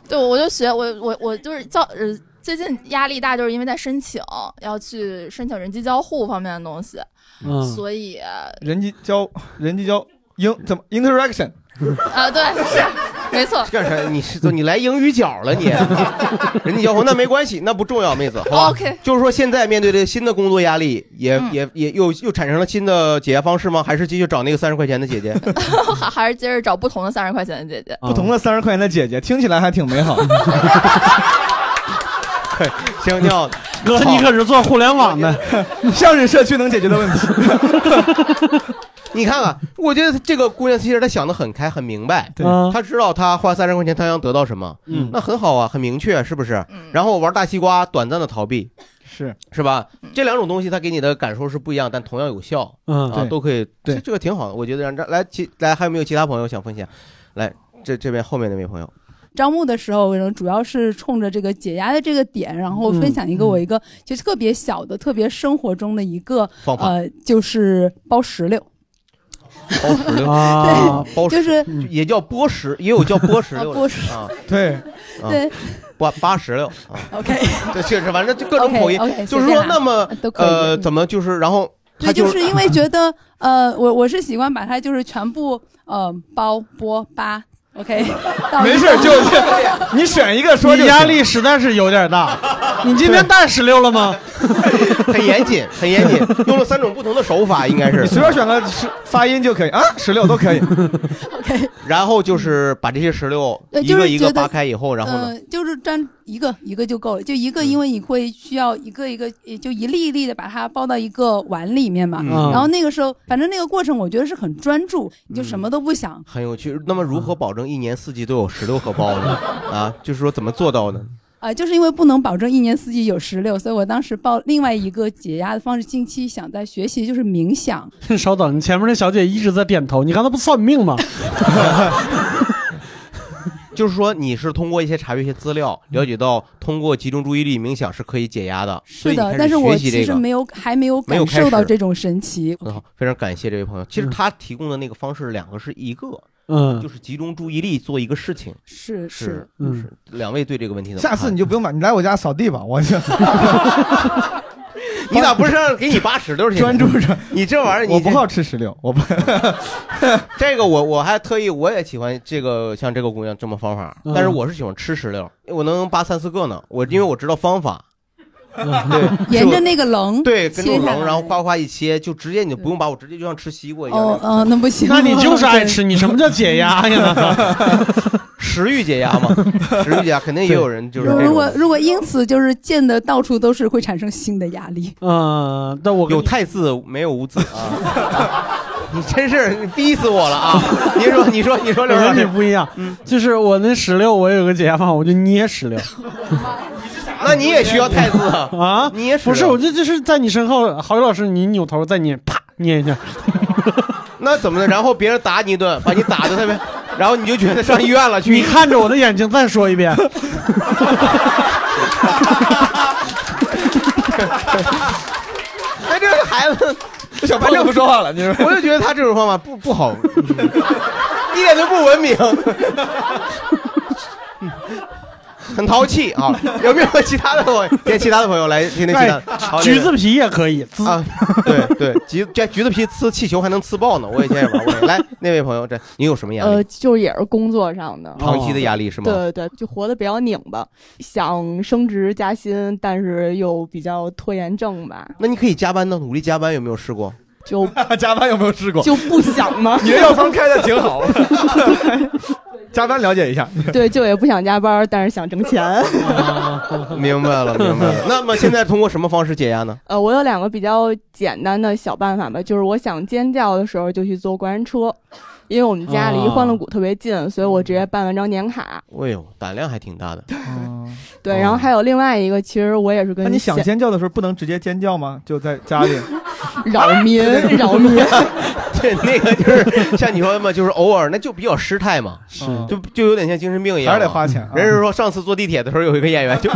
S8: 对，我就学我我我就是教呃，最近压力大，就是因为在申请要去申请人机交互方面的东西，
S5: 嗯
S8: 所以呃
S5: 人机交人机交英怎么 interaction？
S8: 啊，对， 是没错。
S3: 干啥？ 你是你来英语角了你？人家要求那没关系，那不重要，妹子，好吧
S8: 哦 OK
S3: 就是说现在面对这新的工作压力，也、
S8: 嗯
S3: 也也又又产生了新的解压方式吗？还是继续找那个三十块钱的姐姐？
S8: 还还是接着找不同的三十块钱的姐姐。
S5: 啊不同的三十块钱的姐姐，听起来还挺美好。
S3: 行，挺好的。
S4: 哥，你可是做互联网 的，
S5: 相声社区能解决的问题。
S3: 你看看，我觉得这个姑娘其实她想的很开，很明白。
S5: 对
S4: 嗯
S3: 她知道她花三十块钱，她想得到什么。
S4: 嗯
S3: 那很好啊，很明确，是不是？
S8: 嗯
S3: 然后玩大西瓜，短暂的逃避，
S5: 是
S3: 是吧？
S9: 嗯
S3: 这两种东西，它给你的感受是不一样，但同样有效。
S4: 嗯
S3: 啊，
S5: 对
S3: 都可以，
S5: 对
S3: 这这个挺好的，我觉得让这来其来还有没有其他朋友想分享？来，这这边后面那位朋友，
S9: 招募的时候，我主要是冲着这个解压的这个点，然后分享一个
S4: 嗯
S9: 我一个其实特别小的、特别生活中的一个
S3: 方法
S9: 呃，就是包石榴，
S3: 包 石榴，
S4: 啊，
S3: 包
S9: 就
S3: 石榴
S9: 是
S3: 就也叫剥石，也有叫剥石榴
S9: 啊
S3: 的
S9: 剥石
S3: 啊，
S5: 对，
S3: 啊
S9: 对
S3: 八八石榴啊，
S9: ，OK，
S3: 这确实，反正就各种口音
S9: OK，OK，，
S3: 就是
S9: 随
S3: 说
S9: 便，啦
S3: 那么
S9: 啊都可以
S3: 呃，
S9: 嗯
S3: 怎么就是然后他
S9: 对，就是是因为觉得呃，我我是习惯把它就是全部呃包剥扒，OK，到
S5: 没事， 就是你选一个说就
S4: 你
S5: 行
S4: 压。力实在是有点大。你今天带石榴了吗？
S3: 很严谨，很严谨，用了三种不同的手 法，应该
S5: 你
S3: 是，
S5: 随便选个是发音就可以啊，十六都可以。
S9: OK，
S3: 然后就是把这些石榴
S9: 对
S3: 一
S9: 就是
S3: 个一个
S9: 觉得
S3: 扒开以后，然后呢，
S9: 呃，就是粘一个一个就够了，就一个，因为你会需要一个一个，也就一粒一粒的把它包到一个碗里面嘛。
S4: 嗯
S9: 然后那个时候，反正那个过程我觉得是很专注，你就什么都不想。
S3: 很有趣。那么如何保证一年四季都有石榴和包呢？
S9: 嗯
S3: 啊，就是说怎么做到呢？
S9: 啊、就是因为不能保证一年四季有石榴，所以我当时报另外一个解压的方式，近期想在学习就是冥想。
S4: 稍等，你前面那小姐一直在点头，你刚才不算命 吗？
S3: 就是说，你是通过一些查阅一些资料，了解到通过集中注意力冥想是可以解压的。
S9: 是
S3: 所以你
S9: 的，
S3: 开
S9: 但
S3: 始
S9: 是我
S3: 学习
S9: 其
S3: 这
S9: 实
S3: 个
S9: 没有还没有
S3: 没有
S9: 感
S3: 开
S9: 受到
S3: 始嗯
S9: 这种神奇。
S3: 很好，非常感谢这位朋友。其实他提供的那个方式两个是一个，
S4: 嗯
S3: 就，是集中注意力做一个事情。
S9: 是
S3: 是
S9: 是，，
S4: 嗯
S3: 是。两位对这个问题怎么
S5: 下
S3: 看？
S5: 次你就不用买，你来我家扫地吧，我就
S3: 你咋不是让给你八十六去？
S5: 专注着。
S3: 你这玩意儿，你
S5: 我不
S3: 这
S5: 好吃石榴，我不
S3: 这个我我还特意我也喜欢这个像这个姑娘这么方法，
S4: 嗯
S3: 但是我是喜欢吃石榴，我能扒三四个呢。我因为我知道方法，
S4: 嗯
S3: 对，
S9: 沿
S3: 就
S9: 着那个棱
S3: 对跟
S9: 切
S3: 住
S9: 下
S3: 棱，然后
S9: 来
S3: 夸夸一切，就直接你就不用把我直接就像吃西瓜一样。
S9: 哦哦，那不行，
S4: 那你就是爱
S9: 对
S4: 吃，你什么叫解压呀？
S3: 食欲解压嘛，食欲解压肯定也有人就是
S9: 如
S3: 这
S9: 如果
S3: 种
S9: 如果因此就是见的到处都是，会产生新的压力。
S4: 嗯，但我跟
S3: 有
S4: 你
S3: 太字没有无字啊。 你真是你逼死我了啊！你说你说你说
S4: 我
S3: 刘老
S4: 跟你
S3: 师，
S4: 不一样，
S3: 嗯
S4: 就是我那石榴，我有个解压方法，我就捏石榴
S3: 那你也需要 太字啊？
S4: 啊。
S3: 你也
S4: 不是，
S3: 石榴
S4: 我这就是在你身后，郝宇老师，你扭头再捏，啪捏一下。
S3: 那怎么的？然后别人打你一顿，把你打的特别，然后你就觉得上医院了去。
S4: 你看着我的眼睛，再说一 遍。
S3: 哎，这个孩子，
S5: 小朋友不说话了，你说
S3: 我就觉得他这种方法不不好，一点都不文明，很淘气啊！有没有其他的朋友？给其他的朋友来听听其他的好
S4: 哎橘子皮也可以，滋
S3: 啊，对对，橘这橘子皮呲气球还能呲爆呢，我以前也玩过。来，那位朋友，这你有什么压
S10: 呃
S3: 力？，
S10: 就也是工作上的。
S3: 长
S5: 哦
S3: 期的压力是吗？
S10: 对对，就活得比较拧巴，想升职加薪，但是又比较拖延症 吧，
S3: 那你可以加班呢，努力加班有没有试过？
S10: 就
S5: 加班有没有试过？
S10: 就不想嘛。
S5: 你这药方开的挺好，加班了解一下。
S10: 对，就也不想加班，但是想挣 钱。
S3: 啊明白了，明白 了。那么现在通过什么方式解压呢？
S10: 呃，我有两个比较简单的小办法吧，就是我想尖叫的时候就去坐过山车，因为我们家离
S3: 啊
S10: 欢乐谷特别近，所以我
S5: 嗯
S10: 直接办完张年卡。
S3: 哎呦，胆量还挺大 的。
S10: 对，然后还有另外一个，其实我也是跟
S5: 哦那你想
S10: 先
S5: 尖叫的时候不能直接尖叫吗？就在家里
S10: 扰 民， 扰民。
S3: 对，那个就是像你说的嘛，就是偶尔那就比较失态嘛，是就就有点像精神病一样嘛，
S5: 还是得花钱啊
S3: 人是说上次坐地铁的时候有一个演员就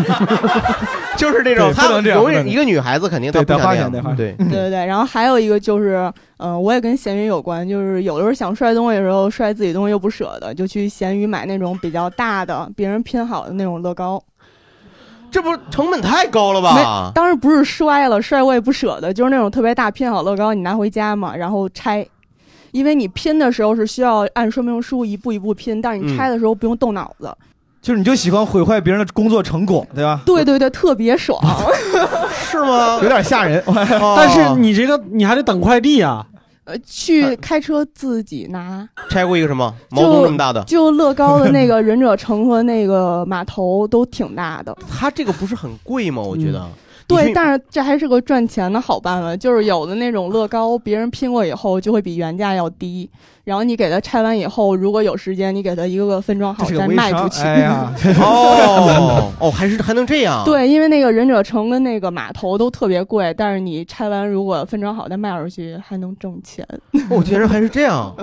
S3: 就是这种，
S5: 对
S3: 她
S5: 不能这样
S3: 永远
S5: 不能
S3: 一个女孩子肯定她
S5: 对
S3: 不
S5: 得花
S3: 想这样
S5: 钱得花钱
S3: 对，
S10: 对对对，然后还有一个就是，嗯、我也跟闲鱼有关，就是有的时候想摔东西的时候，摔自己东西又不舍得，就去闲鱼买那种比较大的、别人拼好的那种乐高。
S3: 这不成本太高了
S10: 没
S3: 吧，？
S10: 当时不是摔了，摔我也不舍得，就是那种特别大拼好乐高，你拿回家嘛，然后拆。因为你拼的时候是需要按说明书一步一步拼，但是你
S5: 嗯
S10: 拆的时候不用动脑子。
S5: 就是你就喜欢毁坏别人的工作成果，对吧？
S10: 对对对，特别爽。
S3: 是吗
S5: 有点吓人。
S4: 但是你这个你还得等快递啊。
S10: 呃，去开车自己拿。
S3: 拆过一个什么
S10: 就
S3: 毛东这么大的，
S10: 就乐高的那个忍者城和那个码头都挺大 的。
S3: 它这个不是很贵
S4: 嗯
S3: 吗？我觉得。
S10: 对，但是这还是个赚钱的好办法，就是有的那种乐高，别人拼过以后就会比原价要低，然后你给它拆完以后，如果有时间，你给它一个个分装好
S3: 这是个
S10: 再
S3: 微
S10: 卖
S3: 商
S10: 出去。
S3: 哎呀 哦哦，还是还能这样？，
S10: 对，因为那个忍者城跟那个码头都特别贵，但是你拆完如果分装好再卖出去，还能挣 钱。
S3: 我觉得还是这 样。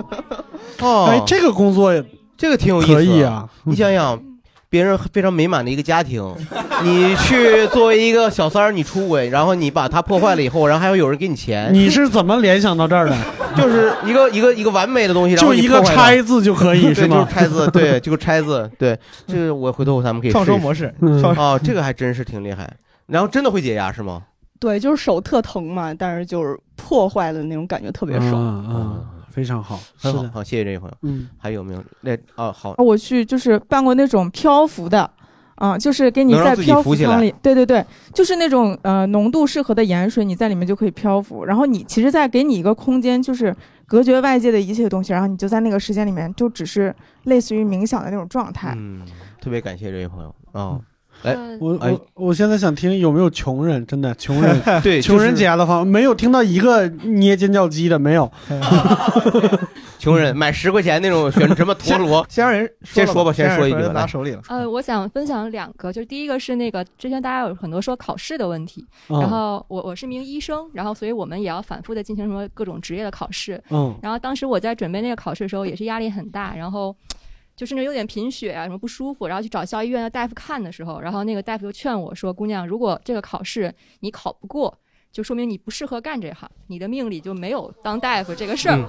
S3: 哦，
S4: 哎，这个工作
S3: 这个挺有意思的
S4: 可以啊。
S3: 你想想，别人非常美满的一个 家庭，你去作为一个小三儿，你出轨，然后你把它破坏了以后，然后还要有人给你钱，
S4: 你是怎么联想到这 儿的？
S3: 就是一个一个一个完美的东西，然后
S4: 就
S3: 你
S4: 一个
S3: 破坏了
S4: 拆字就可以
S3: 对
S4: 是吗
S3: 就是拆字，对， 就是拆字，对，这个我回头咱们可以
S5: 创收
S3: 试一试
S5: 模式
S3: 嗯
S5: 创
S3: 哦，这个还真是挺厉害。然后真的会解压是吗？
S10: 对，就是手特疼嘛，但是就是破坏的那种感觉特别爽。
S4: 嗯，非常好，
S3: 很
S11: 是
S3: 好，
S11: 的
S3: 好，谢谢这位朋友。
S4: 嗯，
S3: 还有没有？那哦，好，
S11: 我去就是办过那种漂浮的，啊、就是给你
S3: 能让
S11: 在
S3: 自己
S11: 漂
S3: 浮
S11: 浮
S3: 起
S11: 舱
S3: 来
S11: 里，对对对，就是那种呃浓度适合的盐水，你在里面就可以漂浮。然后你其实，在给你一个空间，就是隔绝外界的一切东西，然后你就在那个时间里面，就只是类似于冥想的那种状态。
S3: 嗯，特别感谢这位朋友啊。来，
S12: 呃
S4: 我
S3: 哎，
S4: 我我现在想听有没有穷人，真的穷人
S3: 对
S4: 穷
S3: 就
S4: 人
S3: 是
S4: 解压的方法，没有听到一个捏尖叫鸡的，没有。
S3: 穷人买十块钱那种选什么陀螺，
S5: 先让人
S3: 先说吧，先
S5: 说
S3: 一句
S5: 了
S3: 吧，
S5: 拿
S3: 来
S5: 手里了。
S12: 呃，我想分享两个，就是第一个是那个之前大家有很多说考试的问题，
S11: 嗯
S12: 然后我我是名医生，然后所以我们也要反复的进行什么各种职业的考试，
S11: 嗯
S12: 然后当时我在准备那个考试的时候也是压力很大，然后。就是那有点贫血啊，什么不舒服，然后去找校医院的大夫看的时候，然后那个大夫就劝我说：“姑娘，如果这个考试你考不过，就说明你不适合干这行，你的命里就没有当大夫这个事儿。
S3: 嗯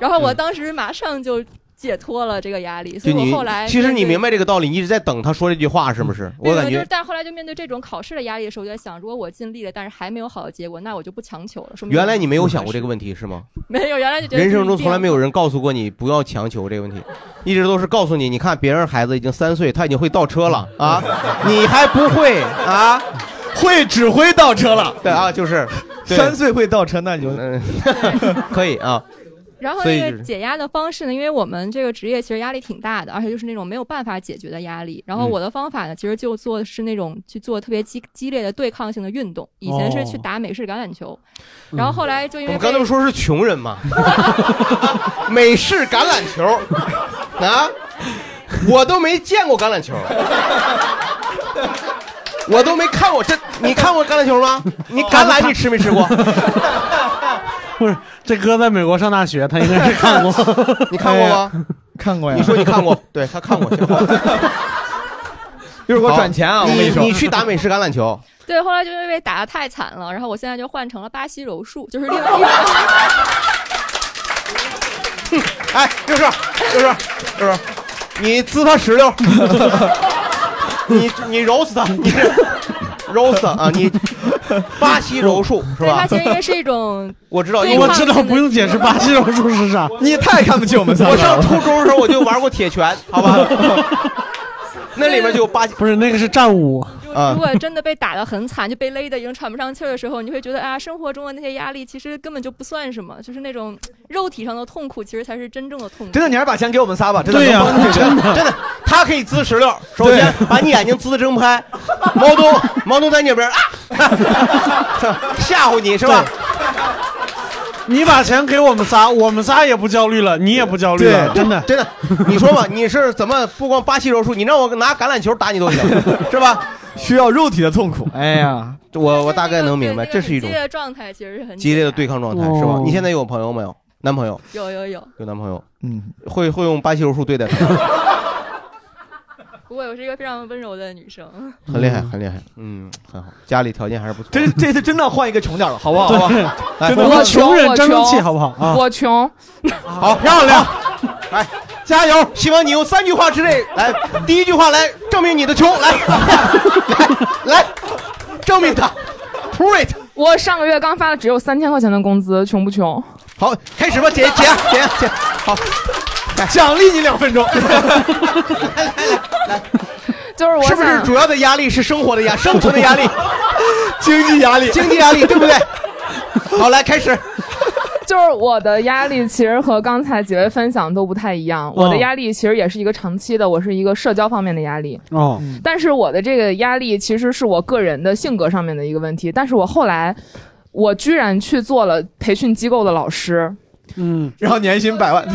S12: 然后我当时马上就解脱了这个压力，所
S3: 就
S12: 以
S3: 你
S12: 我后来
S3: 其实
S12: 面
S3: 你
S12: 对
S3: 明白这个道理，你一直在等他说这句话，是不是？我
S12: 对
S3: 感
S12: 就
S3: 觉
S12: 是，但是后来就面对这种考试的压力的时候，我就在想，如果我尽力了，但是还没有好的结果，那我就不强求了。说明
S3: 原来你没有想过这个问题是吗？
S12: 没有，原来就觉得
S3: 人生
S12: 不一
S3: 中
S12: 定
S3: 从来没有人告诉过你不要强求这个问题，一直都是告诉你，你看别人孩子已经三岁，他已经会倒车了啊，你还不会啊？
S5: 会只会倒车了，嗯
S3: 对啊，就是对
S5: 三岁会倒车，那你就
S3: 可以啊，
S12: 然后
S3: 所以
S12: 那
S3: 就是
S12: 个解压的方式呢，因为我们这个职业其实压力挺大的，而且就是那种没有办法解决的压力。然后
S11: 嗯
S12: 我的方法呢，其实就做的是那种去做特别激激烈的对抗性的运动。以前是去
S3: 哦嗯
S12: 打美式橄榄球，然后后来就因为
S3: 我们刚
S12: 被
S3: 才不说是穷人吗？ 美式橄榄球啊，我都没见过橄榄球，我都没看过这。你看过橄榄球吗？你橄榄你吃没吃过？
S4: 不是，这哥在美国上大学，他应该是看过。
S3: 你看 过吗？
S4: 哎
S5: 看过呀。
S3: 你说你看 过？对他看过。行
S5: 一会儿给我转钱啊！
S3: 好
S5: 我跟
S3: 你
S5: 说，
S3: 你去打美式橄榄球，
S12: 对，后来就因为打的太惨了，然后我现在就换成了巴西柔术， 就是另外一种。
S3: 哎，六叔，六叔，六叔，你滋他石榴， 你你揉死他，你揉死他啊！你巴西柔术是
S12: 对，
S3: 吧？
S12: 它其实应该是一种
S3: 我知道，
S12: 对我知道
S4: 不用解释巴西柔术 是啥。
S5: 你也太看不起我们仨了
S3: 我上初中的时候我就玩过铁拳，好吧？那里面就有巴西，
S4: 不是那个是战舞，
S5: 啊
S12: 如果真的被打得很惨，就被勒得已经喘不上气儿的时候，你会觉得啊，生活中的那些压力其实根本就不算什么，就是那种肉体上的痛苦，其实才是真正的痛苦。
S3: 真的，你还是把钱给我们仨吧，真的
S5: 对呀
S4: 啊
S3: 能帮助你
S5: 真的
S3: 真的，他可以呲石榴，首先把你眼睛呲的睁不开，毛东毛东在你耳边啊， 吓唬你是吧？
S4: 你把钱给我们仨，我们仨也不焦虑了，你也不焦虑了，真的
S3: 真的，你说吧，你是怎么不光巴西柔术，你让我拿橄榄球打你都 行，是吧？需要肉体的痛苦。哎呀，我我大概能明白，这是一种
S12: 激烈的状态其实是很
S3: 激烈的对抗状态，
S4: 哦
S3: 是吧？你现在有朋友没有？男朋
S4: 嗯
S3: 友
S12: 有有有，
S3: 有男朋友，
S5: 嗯，
S3: 会会用巴西柔术对待他，
S12: 不过我是一个非常温柔的女生。
S3: 很厉害，很厉害，嗯，很好，家里条件还是不错。
S5: 这这次真的换一个穷点儿了，好不好？
S3: 对
S5: 好不好？来
S3: 真的
S5: 我
S3: 我
S5: 穷
S3: 穷
S5: 人
S3: 人
S5: 争
S3: 争
S5: 争
S3: 争
S5: 气，
S3: 气
S5: 好
S3: 好不
S5: 不好
S3: 好？
S5: 啊，
S13: 我穷，
S3: 好漂亮，来，加油！希望你用三句话之内来，第一句话来证明你的穷，来，来，来，证明它，prove it。
S13: 我上个月刚发了只有三千块钱的工资，穷不穷？
S3: 好，开始吧，啊姐姐姐姐，好， 奖励你两分钟。
S13: 就是我
S3: 是不是
S13: 想
S3: 主要的压力是生活 的压、生存的压力、经济压力、经济压力，对不 对？好，来开始。
S13: 就是我的压力其实和刚才几位分享都不太一样，我的
S4: 哦
S13: 压力其实也是一个长期的，我是一个社交方面的压力。
S4: 哦，
S14: 嗯
S13: 但是我的这个压力其实是我个人的性格上面的一个问题，但是我后来我居然去做了培训机构的老师，
S4: 嗯，
S5: 然后年薪百万，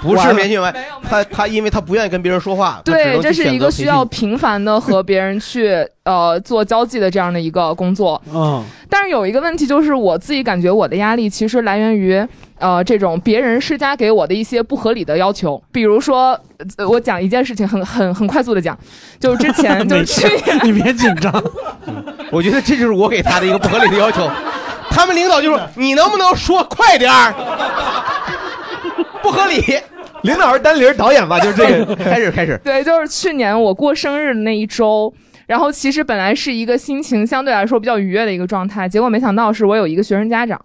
S3: 不是棉絮完，他他因为他不愿意跟别人说话，他只
S13: 对，
S3: 能
S13: 这
S3: 去
S13: 是
S3: 选
S13: 一
S3: 择
S13: 个
S3: 培
S13: 需要
S3: 训
S13: 频繁的和别人 去呃做交际的这样的一个工作。
S4: 嗯，
S13: 但是有一个问题就是，我自己感觉我的压力其实来源于呃这种别人施加给我的一些不合理的要求，比如说。呃我讲一件事情很，很很快速的讲，就是之 前就是去年，
S4: 你别紧张。
S3: 我觉得这就是我给他的一个不合理的要求。他们领导就说：“你能不能说快点儿？”不合理。
S5: 领导是丹林导演吧？就是这个，
S3: 开始开始。
S13: 对，就是去年我过生日的那一周，然后其实本来是一个心情相对来说比较愉悦的一个状态，结果没想到是我有一个学生家长，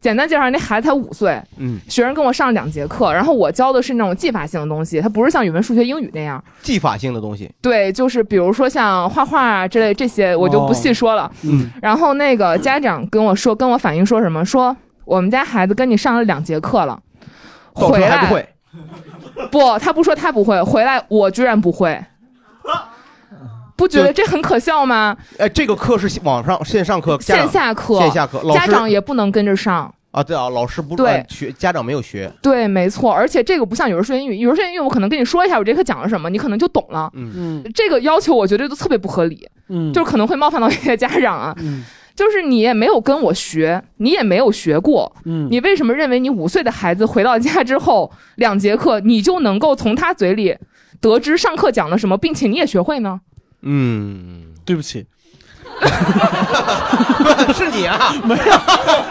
S13: 简单介绍，那孩子才五岁，
S3: 嗯，
S13: 学生跟我上两节课，然后我教的是那种技法性的东西，它不是像语文、数学、英语那样。
S3: 技法性的东西。
S13: 对，就是比如说像画画啊之类这些，我就不细说了。
S3: 嗯，
S13: 然后那个家长跟我说，跟我反映说什么？说我们家孩子跟你上了两节课了，
S5: 到
S13: 回
S5: 时候
S13: 来
S5: 还不会，
S13: 不，他不说他不会，回来我居然不会，不觉得这很可笑吗？
S3: 哎，这个课是网上线上课，家长
S13: 线下课，
S3: 线下课，老师
S13: 家长也不能跟着上。
S3: 啊，对啊，老师不
S13: 对
S3: 呃学，家长没有 学。
S13: 对，没错，而且这个不像有人说英语，有人说英语我可能跟你说一下我这课讲了什么，你可能就懂了。
S3: 嗯
S13: 这个要求我觉得都特别不合理，
S4: 嗯
S13: 就是可能会冒犯到一些家长啊。
S4: 嗯
S13: 就是你也没有跟我学，你也没有学过，
S4: 嗯
S13: 你为什么认为你五岁的孩子回到家之后两节课，你就能够从他嘴里得知上课讲了什么，并且你也学会呢？
S3: 嗯，
S4: 对不起，
S3: 是你 啊，
S4: 没有，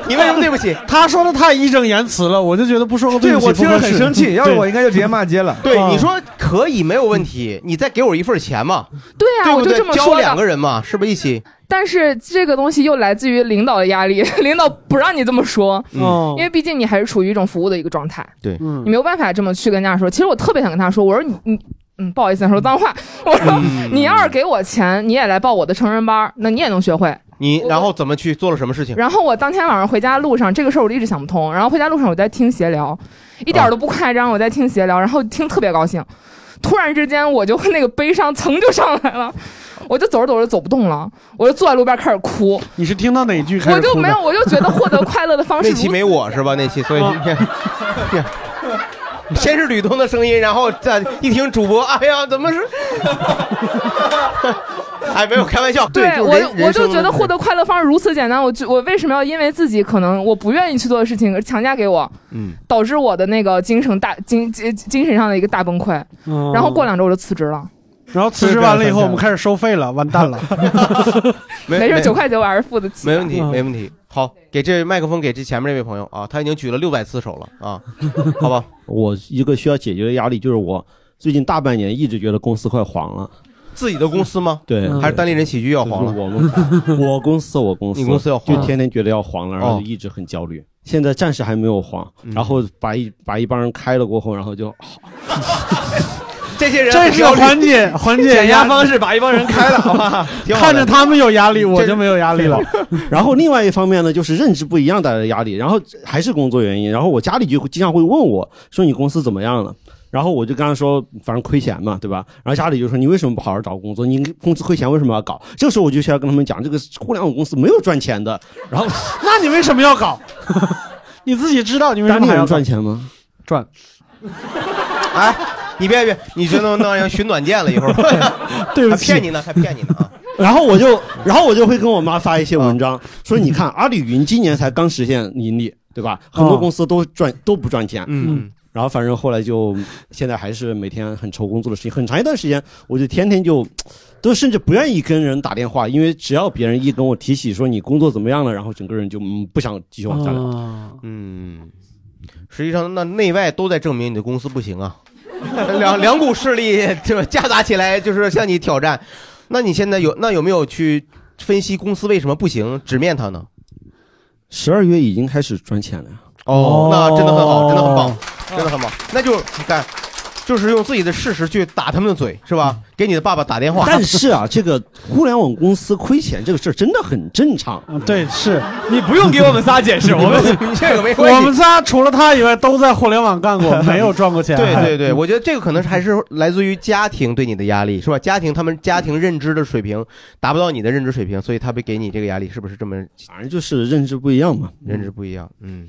S3: 你为什么对不起？
S4: 他说的太义正言辞了，我就觉得不说个
S5: 对
S4: 不起
S5: 我听着
S4: 不合
S5: 很
S4: 适
S5: 生气，要是我应该就直接骂街了。啊
S3: 对，你
S15: 啊
S3: 说可以没有问题，你再给我一份钱嘛。
S13: 对啊
S3: 对不
S13: 我就
S3: 对
S13: 这么
S3: 教
S13: 说的
S3: 两个人嘛，是不是一起？
S13: 但是这个东西又来自于领导的压力， 领导不让你这么说，
S3: 嗯
S13: 因为毕竟你还是处于一种服务的一个状态，
S3: 对，
S13: 你
S5: 嗯
S13: 没有办法这么去跟家长说。其实我特别想跟他说，我说你你。嗯，不好意思，说脏话。 我说，你要是给我钱，你也来报我的成人班儿，那你也能学会。
S3: 你然后怎么去做了什么事情？
S13: 然后我当天晚上回家路上，这个事儿我一直想不通。然后回家路上我在听闲聊，一点儿都不夸张，我在听闲聊，然后听特别高兴。突然之间，我就那个悲伤层就上来了，我就走着走着走不动了，我就坐在路边开始哭。
S4: 你是听到哪一句开
S13: 我
S4: 始哭的？
S13: 就没有，我就觉得获得快乐的方式
S3: 那
S13: 如此啊
S3: 期没我是吧？那期所以先是吕东的声音，然后再一听主播，哎呀，怎么是？哎，没有开玩笑，
S13: 对
S3: 就
S13: 我
S3: 是人
S13: 就，我
S3: 人生
S13: 就觉得
S3: 的
S13: 获得快乐方式如此简单。我就我为什么要因为自己可能我不愿意去做的事情而强加给我，
S3: 嗯，
S13: 导致我的那个精神大精精精神上的一个大崩溃。
S3: 哦
S4: 嗯
S13: 然后过两周我就辞职 了，
S4: 然后辞职完了以后，我们开始收费了，完蛋 了。
S3: 没
S13: 没事，
S3: 没
S13: 九块九我还是付得起的。
S3: 没问题，没问题。好，给这麦克风给这前面这位朋友啊，他已经举了六百次手了啊，好吧。
S16: 我一个需要解决的压力就是我最近大半年一直觉得公司快黄了。
S3: 自己的公司吗？
S16: 对，
S3: 还是单立人喜剧要黄了？
S16: 我们嗯我公 司我公司
S3: 你公司要黄了
S16: 就天天觉得要黄了，然后
S3: 哦
S16: 就一直很焦虑。现在嗯暂时还没有黄，然后把一把一帮人开了过后，然后就
S3: 这些 人
S4: 这是
S3: 很焦虑
S4: 缓解缓解
S3: 减压
S4: 压
S3: 方式，把一帮人开了，好 吧？挺好的
S4: 看着他们有压力，我就没有压力了。
S16: 然后另外一方面呢，就是认知不一样带来的压力，然后还是工作原因。然后我家里就会经常会问我说你公司怎么样了？然后我就跟他说，反正亏钱嘛，对吧？然后家里就说你为什么不好好找工作？你公司亏钱为什么要搞？这个时候我就需要跟他们讲，这个互联网公司没有赚钱的。然后
S4: 那你为什么要搞？你自己知道 你为什
S16: 当
S4: 么
S16: 地
S4: 还要
S16: 人
S4: 搞
S16: 赚？钱吗？
S4: 赚。
S3: 哎，你别别，你这都弄人寻短见了，一会儿
S16: 对不
S3: 还
S16: 起
S3: 骗你呢，还骗你呢啊！
S16: 然后我就，然后我就会跟我妈发一些文章，说你看阿里云今年才刚实现盈利，对吧？很多公司都赚都不赚钱，
S3: 嗯。
S16: 然后反正后来就，现在还是每天很愁工作的事情。很长一段时间，我就天天就，都甚至不愿意跟人打电话，因为只要别人一跟我提起说你工作怎么样了，然后整个人就、嗯、不想继续往下聊。
S3: 嗯，实际上那内外都在证明你的公司不行啊， 两两股势力这个夹杂起来就是向你挑战。那你现在有那有没有去分析公司为什么不行，直面它呢？
S16: 十二月已经开始赚钱了呀。
S3: 哦那真的很好，真的很棒，真的很棒。那就干，就是用自己的事实去打他们的嘴，是吧？给你的爸爸打电话。
S16: 嗯但是啊，这个互联网公司亏钱这个事儿真的很正常。
S3: 嗯
S4: 对，是
S16: 你
S3: 不用给我们仨解 释我们这个没关系
S4: 我们仨除了他以外都在互联网干 过，没有赚过钱。
S3: 对对对，我觉得这个可能是还是来自于家庭对你的压力，是吧？家庭他们家庭认知的水平达不到你的认知水平，所以他会给你这个压力，是不是这么？
S16: 反正就是认知不一样嘛，
S3: 认知不一样，嗯，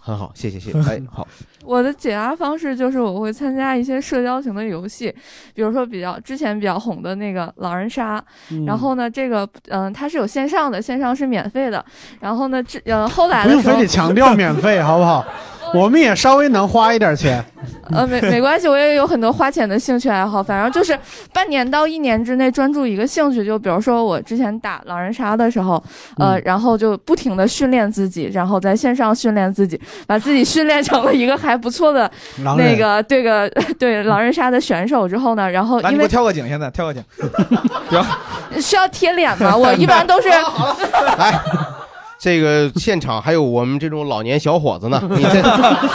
S3: 很好，谢谢谢，谢，哎，好，
S15: 我的解压方式就是我会参加一些社交型的游戏，比如说比较之前比较红的那个狼人杀，
S4: 嗯
S15: 然后呢，这个嗯、它是有线上的，线上是免费的，然后呢，这呃后来
S4: 不
S15: 的时
S4: 用
S15: 候
S4: 非得强调免费，好不好？ 我们也稍微能花一点 钱。
S15: 呃，没没关系，我也有很多花钱的兴趣爱好，反正就是半年到一年之内专注一个兴趣，就比如说我之前打狼人杀的时候，呃，
S17: 嗯
S15: 然后就不停的训练自己，然后在线上训练自己，把自己训练成了一个还不错的
S5: 狼人
S15: 那个这个对狼人杀的选手之后呢，然后
S5: 来，你
S15: 因为
S5: 给我跳个井，现在跳个井，
S15: 需要贴脸嘛，我一般都 是
S3: 这个现场还有我们这种老年小伙子呢，你这，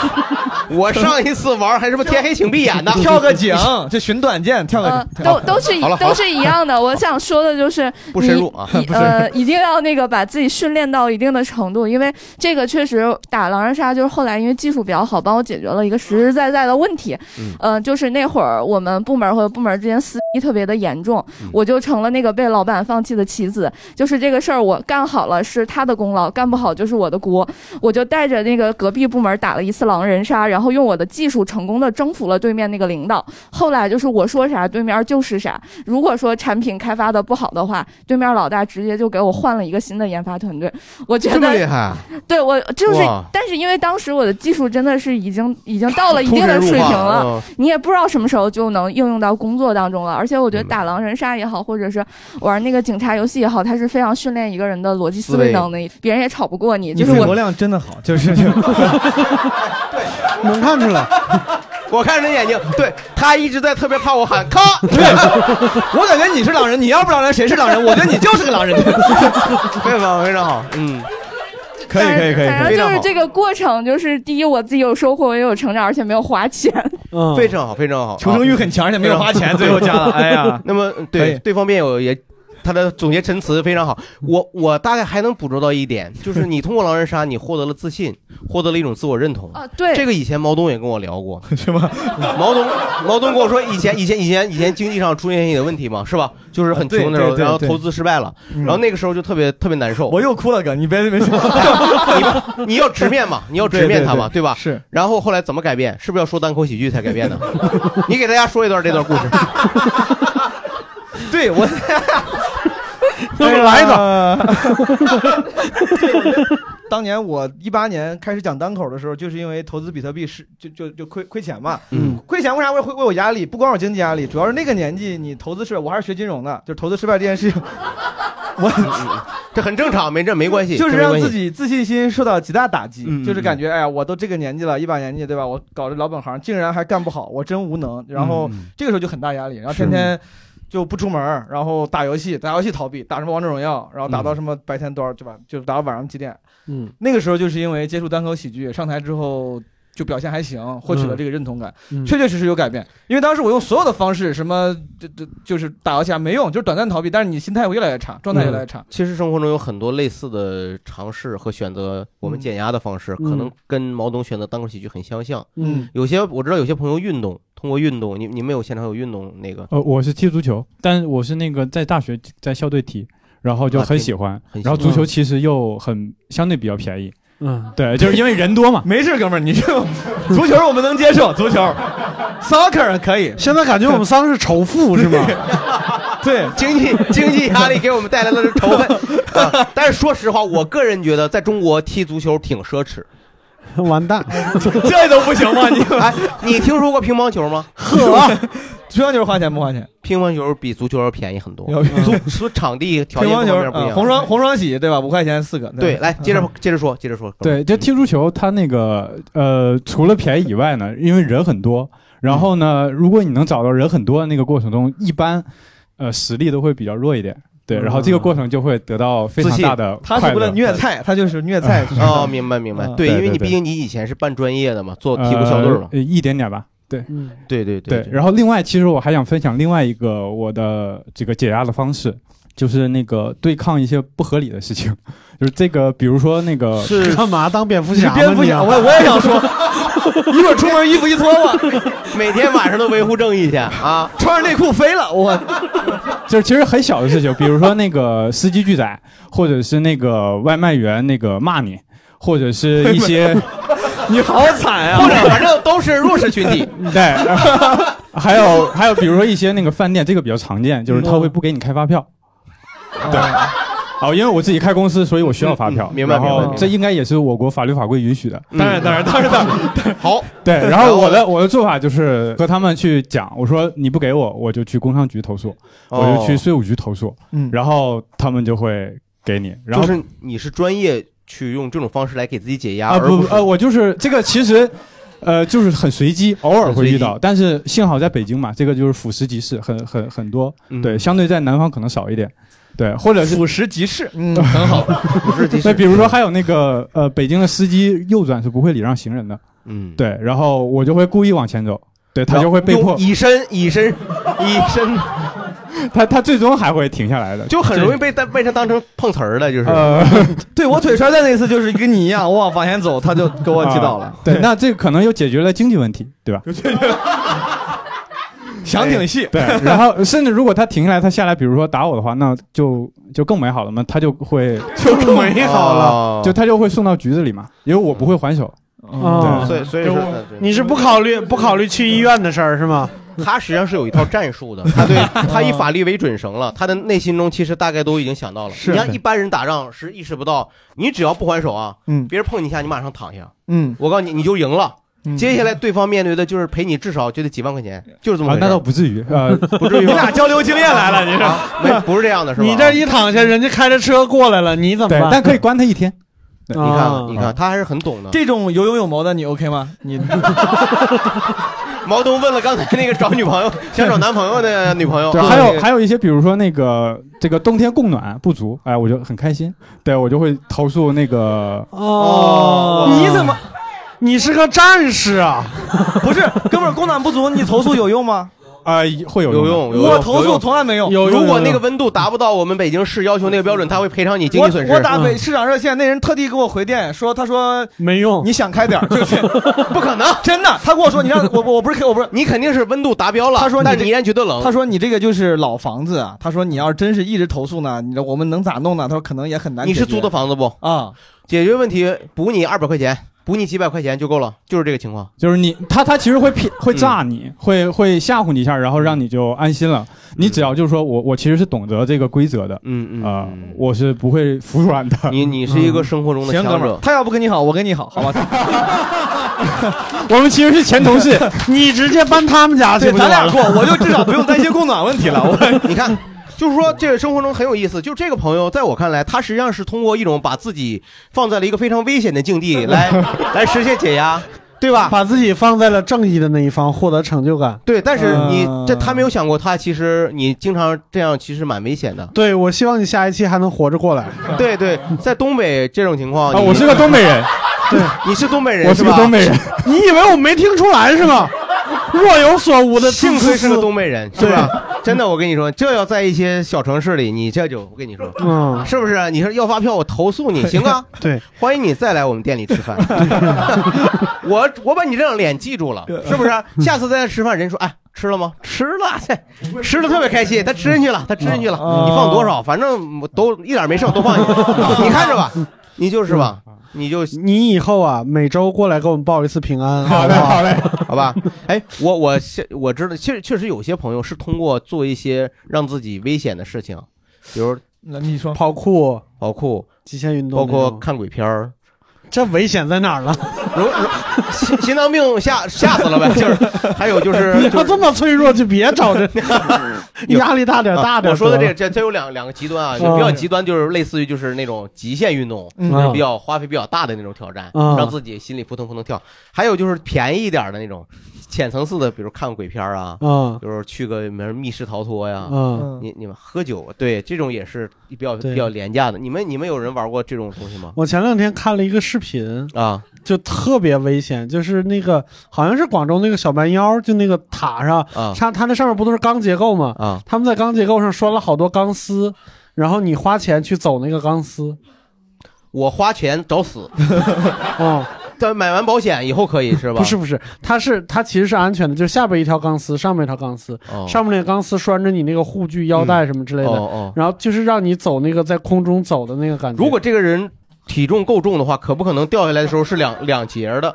S3: 我上一次玩还是不天黑请闭眼的，
S5: 跳 个井，这寻短见，跳
S15: 呃
S5: 个
S15: 都都是一
S3: 好了好了
S15: 都是一样的。我想说的就是
S3: 不深入啊
S15: 你
S3: 不深入
S15: 呃，一定要那个把自己训练到一定的程度，因为这个确实打狼人杀就是后来因为技术比较好，帮我解决了一个实实在在的问题。
S17: 嗯
S15: 呃，就是那会儿我们部门和部门之间撕逼特别的严重，我就成了那个被老板放弃的棋子。就是这个事儿我干好了是他的功劳，干不好就是我的锅。我就带着那个隔壁部门打了一次狼人杀，然后用我的技术成功的征服了对面那个领导。后来就是我说啥，对面就是啥。如果说产品开发的不好的话，对面老大直接就给我换了一个新的研发团队。我觉得
S3: 这么厉害，啊
S15: 对我就是
S3: 哇，
S15: 但是因为当时我的技术真的是已经已经到了一定的水平
S3: 出神入
S5: 嗯
S15: 了
S3: 化，
S15: 你也不知道什么时候就能应用到工作当中了。而且我觉得打狼人杀也好，或者是玩那个警察游戏也好，它是非常训练一个人的逻辑思维能力，别人也吵不过你。就是
S5: 肺
S15: 我
S5: 活量真的好，就是 就
S4: 能看出 来。
S3: 我看着眼睛，对他一直在特别怕我喊咔，
S5: 对， 我感觉你是狼人，你要不狼人谁是狼人？我觉得你就是个狼 人。
S3: 非常非常好，嗯，
S5: 可以可以可以，
S15: 反
S5: 非
S15: 正就
S5: 常
S15: 是
S5: 好。
S15: 这个过程，就是第一我自己有收获，我也有成长，而且没有花钱。
S4: 嗯
S3: 非常好，非常好，啊
S5: 求生欲很强而且没有 花钱最后加了哎呀
S3: 那么嗯
S5: 可
S3: 对
S5: 以嗯
S3: 对方辩友也。他的总结陈词非常好，我我大概还能捕捉到一 点，就是你通过狼人杀，你获得了自信，获得了一种自我认同
S15: 啊。对，
S3: 这个以前毛东也跟我聊 过，是吗？毛东毛东跟我说，以前以前以前以前经济上出现一点问题嘛，是吧？就是很穷的时
S5: 啊对
S3: 候，
S5: 对对
S3: 然后
S5: 对
S3: 投资失败了，
S5: 嗯
S3: 然后那个时候就特别特别难受。
S5: 我又哭了个，你别别说，
S3: 你要直面嘛，你要直面他嘛，
S5: 对对对
S3: 吧？
S5: 是。
S3: 然后后来怎么改变？是不是要说单口喜剧才改变 的？你给大家说一段这段故事。
S5: 对我，
S3: 那么来一段
S5: 哎个。当年我一八年开始讲单口的时候，就是因为投资比特币是就就就亏亏钱嘛，
S3: 嗯，
S5: 亏钱为啥会会会有压力？不光有经济压力，主要是那个年纪你投资失败，我还是学金融的，就是投资失败这件事情，我
S3: 这很正常，没这没关系，
S5: 就是
S3: 这没
S5: 让
S3: 关系
S5: 自己自信心受到极大打击，
S3: 嗯嗯
S5: 就是感觉哎呀，我都这个年纪了，一把年纪对吧？我搞这老本行，竟然还干不好，我真无能。然后
S3: 嗯
S5: 这个时候就很大压力，然后
S3: 是
S5: 天天就不出门儿，然后打游戏，打游戏逃避，打什么王者荣耀，然后打
S3: 嗯
S5: 到什么白天多少对吧？就打到晚上几点。
S4: 嗯
S5: 那个时候就是因为接触单口喜剧，上台之后就表现还行，获取了这个认同感，
S2: 嗯
S5: 确确实实有改变。因为当时我用所有的方式，什么这这就是打游戏啊没用，就是短暂逃避，但是你心态会越来越差，状态越来越
S4: 嗯
S5: 差。
S3: 其实生活中有很多类似的尝试和选择，我们减压的方式、
S5: 嗯
S3: 可能跟毛东选择单口喜剧很相像。
S18: 嗯，
S3: 有些我知道有些朋友运动，通过运动，你你们有现场有运动那个？
S18: 呃，我是踢足球，但我是那个在大学在校队踢，然后就
S3: 啊
S18: 很
S3: 挺
S18: 喜欢。
S3: 很喜
S18: 然后
S3: 欢嗯
S18: 足球其实又很相对比较便宜。
S4: 嗯，
S18: 对，就是因为人 多嘛。
S5: 没事，哥们儿，你这足球我们能接受，足球 soccer 可以。
S4: 现在感觉我们三个是仇富是吗？
S5: 对，
S3: 经济经济压力给我们带来了仇 恨、啊但是说实话，我个人觉得在中国踢足球挺奢侈。
S4: 完 蛋，
S5: 这都不行吗？你
S3: 哎，你听说过乒乓球吗？
S5: 呵，乒乓球花钱不花钱？
S3: 乒乓球比足球要便宜很多
S5: 要，
S3: 足说场地条
S5: 乒
S3: 件各
S5: 乓球
S3: 方面不一
S5: 嗯
S3: 样。
S5: 红双红双喜对吧？五块钱四个。
S3: 对，来接着接着说，接着说。。
S18: 对，就踢足球，它那个呃，除了便宜以外呢，因为人很多，然后呢，如果你能找到人很多的那个过程中，一般呃实力都会比较弱一点。对，然后这个过程就会得到非常大的
S5: 他是为
S18: 快乐
S5: 了虐菜，他就是虐菜
S3: 嗯哦，明白明白。对，因为你毕竟
S18: 你
S3: 你以前是半专业的嘛，做踢过校队嘛。
S18: 一点点吧。呃对，
S4: 嗯，
S3: 对对
S18: 对。然后另外，其实我还想分享另外一个我的这个解压的方式，就是那个对抗一些不合理的事情， 就是这个，比如说那个
S4: 是干嘛当蝙蝠
S18: 你
S4: 侠
S18: 是
S4: 吗？
S18: 蝙蝠
S4: 你
S18: 侠
S4: 啊
S18: 我我也想
S5: 说 一会儿出门衣服一脱了，
S3: 每天晚上都维护正义去啊，
S5: 穿着内裤飞了，我
S18: 就是其实很小的事情，比如说那个司机拒载，或者是那个外卖员那个骂你，或者是一些
S5: 你好惨啊！
S3: 或者反正都是弱势群体。
S18: 对， 还有还有比如说一些那个饭店，这个比较常见，
S3: 嗯
S18: 就是他会不给你开发票。对，哦，因为我自己开公司，所以我需要发票。
S3: 嗯嗯明白
S18: 然后
S3: 明白明白
S18: 这应该也是我国法律法规允许的。
S3: 当然当然 当然当然。好，
S18: 对，然
S3: 哦
S18: 后我的我的做法就是和他们去讲，我说你不给我，我就去工商局投诉，
S3: 哦
S18: 我就去税务局投诉，
S3: 嗯
S18: 然后他们就会给你，然后
S3: 就是你是专业去用这种方式来给自己解压，
S18: 啊
S3: 而
S18: 不
S3: 是
S18: 呃，我就是这个其实。呃，就是很随机，偶尔会遇到，但是幸好在北京嘛，这个就是俯拾即是，很很很多，
S3: 嗯
S18: 对，相对在南方可能少一点，对，或者是
S5: 俯拾即是，嗯，很好，俯拾即
S18: 对，比如说还有那个呃，北京的司机右转是不会礼让行人的，
S3: 嗯，
S18: 对，然后我就会故意往前走，对他就会被迫
S3: 用以身以身以身，
S18: 他他最终还会停下来的，
S3: 就很容易
S18: 被
S3: 被当被他当成碰瓷儿的，就是。
S18: 呃
S5: 对我腿摔的那次就是跟你一样，我往往前走，他就给我击倒了。
S18: 啊对，那这可能又解决了经济问题，对 吧？
S5: 想挺
S3: 哎
S5: 细，
S18: 对， 然后甚至如果他停下来，他下来，比如说打我的话，那就就更美好了嘛，他就 会
S5: 就更美好
S3: 哦
S5: 了
S18: 就他就会送到局子里嘛，因为我不会还手。
S4: 哦
S18: 对
S3: 所以所以说呃
S4: 我你是不考虑不考虑去医院的事儿是吗？
S3: 他实际上是有一套战术的， 他对
S5: 哦
S3: 他以法律为准绳了，他的内心中其实大概都已经想到了。
S5: 是
S3: 你像一般人打仗是意识不到，你只要不还手啊，
S5: 嗯
S3: 别人碰你一下，你马上躺下，
S5: 嗯，
S3: 我告诉你，你就赢了。
S5: 嗯
S3: 接下来对方面对的就是赔你至少就得几万块钱，就是这么
S18: 啊
S3: 回，事。
S18: 那倒不至 于，呃，
S3: 不至于
S18: 你
S3: 吧。
S18: 俩
S5: 交流经验来了你是
S3: 啊没 不是这样的，是吧？
S4: 你这一躺下，人家开着车过来了，你怎 么
S18: 对
S4: 办？，
S18: 但可以关他一天。
S3: 你
S4: 啊
S3: 看，你看，他还是很懂的。
S5: 这种有勇有谋的你 OK 吗？ 你
S3: 毛东问了刚才那个找女朋友、想找男朋友的女朋友，
S18: 对，
S5: 啊
S18: 还有还有一些，比如说那个这个冬天供暖不足，哎，我就很开心，对我就会投诉那个
S4: 哦，
S5: 你怎么？
S4: 你是个战士 啊！
S5: 不是，哥们儿，供暖不足，你投诉有用吗？
S18: 啊、会有
S3: 有用有用
S5: 我投诉从来没用。
S3: 如果那个温度达不到我们北京市要求那个标准，他会赔偿你经
S5: 我
S3: 济损失。嗯
S5: 我打北市长热线，那人特地给我回电说，他说
S4: 没用，
S5: 你想开点儿，就是
S3: 不可能，
S5: 真的。他跟我说，你让我我我不是我不是，
S3: 你肯定是温度达标了
S5: 他说
S3: 但
S5: 这
S3: 你依然觉得冷
S5: 他说你这个就是老房子啊。他说你要是真是一直投诉呢，你这我们能咋弄呢？他说可能也很难
S3: 你
S5: 解决。
S3: 是租的房子不？
S5: 啊，
S3: 解决问题补你二百块钱，补你几百块钱就够了，就是这个情况。
S18: 就是你他他其实会骗会
S3: 嗯
S18: 炸你，会会吓唬你一下，然后让你就安心了。你只要就是说我我其实是懂得这个规则的，
S3: 嗯嗯
S18: 啊、我是不会服软的。嗯
S3: 你你是一个生活中
S5: 行，哥们儿，他要不跟你好，我跟你好，好吧？
S18: 我们其实是前同 事，
S4: 你直接搬他们家去
S5: 对，
S4: 不就
S5: 咱
S4: 完
S5: 俩
S4: 了？
S5: 过， 我就至少不用担心供暖问题了。我
S3: 你看，就是说这个生活中很有意思。就这个朋友，在我看来，他实际上是通过一种把自己放在了一个非常危险的境 地来来实现解压，对吧？
S4: 把自己放在了正义的那一方，获得成就感。
S3: 对，但是你、
S4: 嗯
S3: 这他没有想过，他其实你经常这样其实蛮危险的。
S4: 对，我希望你下一期还能活着过来。
S3: 对对，在东北这种情况
S4: 啊我是个东北人。
S3: 你是东北人，
S18: 我是个
S3: 吧
S18: 东北人，
S4: 你以为我没听出来是 吗？若有所无的，
S3: 幸亏是个东北人，是
S4: 对
S3: 吧？真的，我跟你说，这要在一些小城市里，你这就我跟你说，
S4: 嗯，
S3: 是不是？你说要发票，我投诉你行啊？
S4: 对，
S3: 欢迎你再来我们店里吃 饭。 我我把你这张脸记住了，是不是？下次再来吃饭，人说哎，吃了吗？吃了，这吃的特别开心。他吃进去了，他吃进去了。
S4: 嗯
S3: 你放多少？反正我都一点没剩，都 放进去。你看着吧，你就是吧。你就
S4: 你以后啊，每周过来给我们报一次平安，好不好？
S3: 好嘞，好吧。哎，我我现我知道，确确实有些朋友是通过做一些让自己危险的事情， 比如
S17: 那你说
S4: 跑 酷、
S3: 跑酷、
S4: 极限运动
S3: 包
S4: 那种，
S3: 括看鬼片儿。
S4: 这危险在哪儿了？
S3: 如如心心脏病吓吓死 了呗，就是还有就是
S4: 你要这么脆弱，就别找这
S3: 有
S4: 压力大点
S3: 啊
S4: 大点。
S3: 我说的这个这这有两两个极端啊，就比较极端就是啊类似于就是那种极限运动，
S4: 嗯
S3: 就是比较花费比较大的那种挑战，
S4: 嗯
S3: 让自己心里扑通扑通跳。还有就是便宜一点的那种。浅层次的，比如看鬼片啊，
S4: 嗯
S3: 就是去个什么密室逃脱呀，
S4: 嗯
S3: 你你们喝酒，对，这种也是比较
S4: 对
S3: 比较廉价的。你们你们有人玩过这种东西吗？
S4: 我前两天看了一个视频
S3: 啊，
S4: 就特别危险，就是那个好像是广州那个小蛮腰，就那个塔上，
S3: 啊
S4: 它它那上面不都是钢结构吗？
S3: 啊，
S4: 他们在钢结构上拴了好多钢丝，然后你花钱去走那个钢丝，
S3: 我花钱找死，
S4: 哦，
S3: 但买完保险以后可以是吧？
S4: 不是不是，它是它其实是安全的，就是下边一条钢丝，上面一条钢丝，
S3: 哦
S4: 上面那个钢丝拴着你那个护具、腰带什么之类的，
S3: 哦哦
S4: 然后就是让你走那个在空中走的那个感觉。
S3: 如果这个人体重够重的话，可不可能掉下来的时候是两 两截儿的，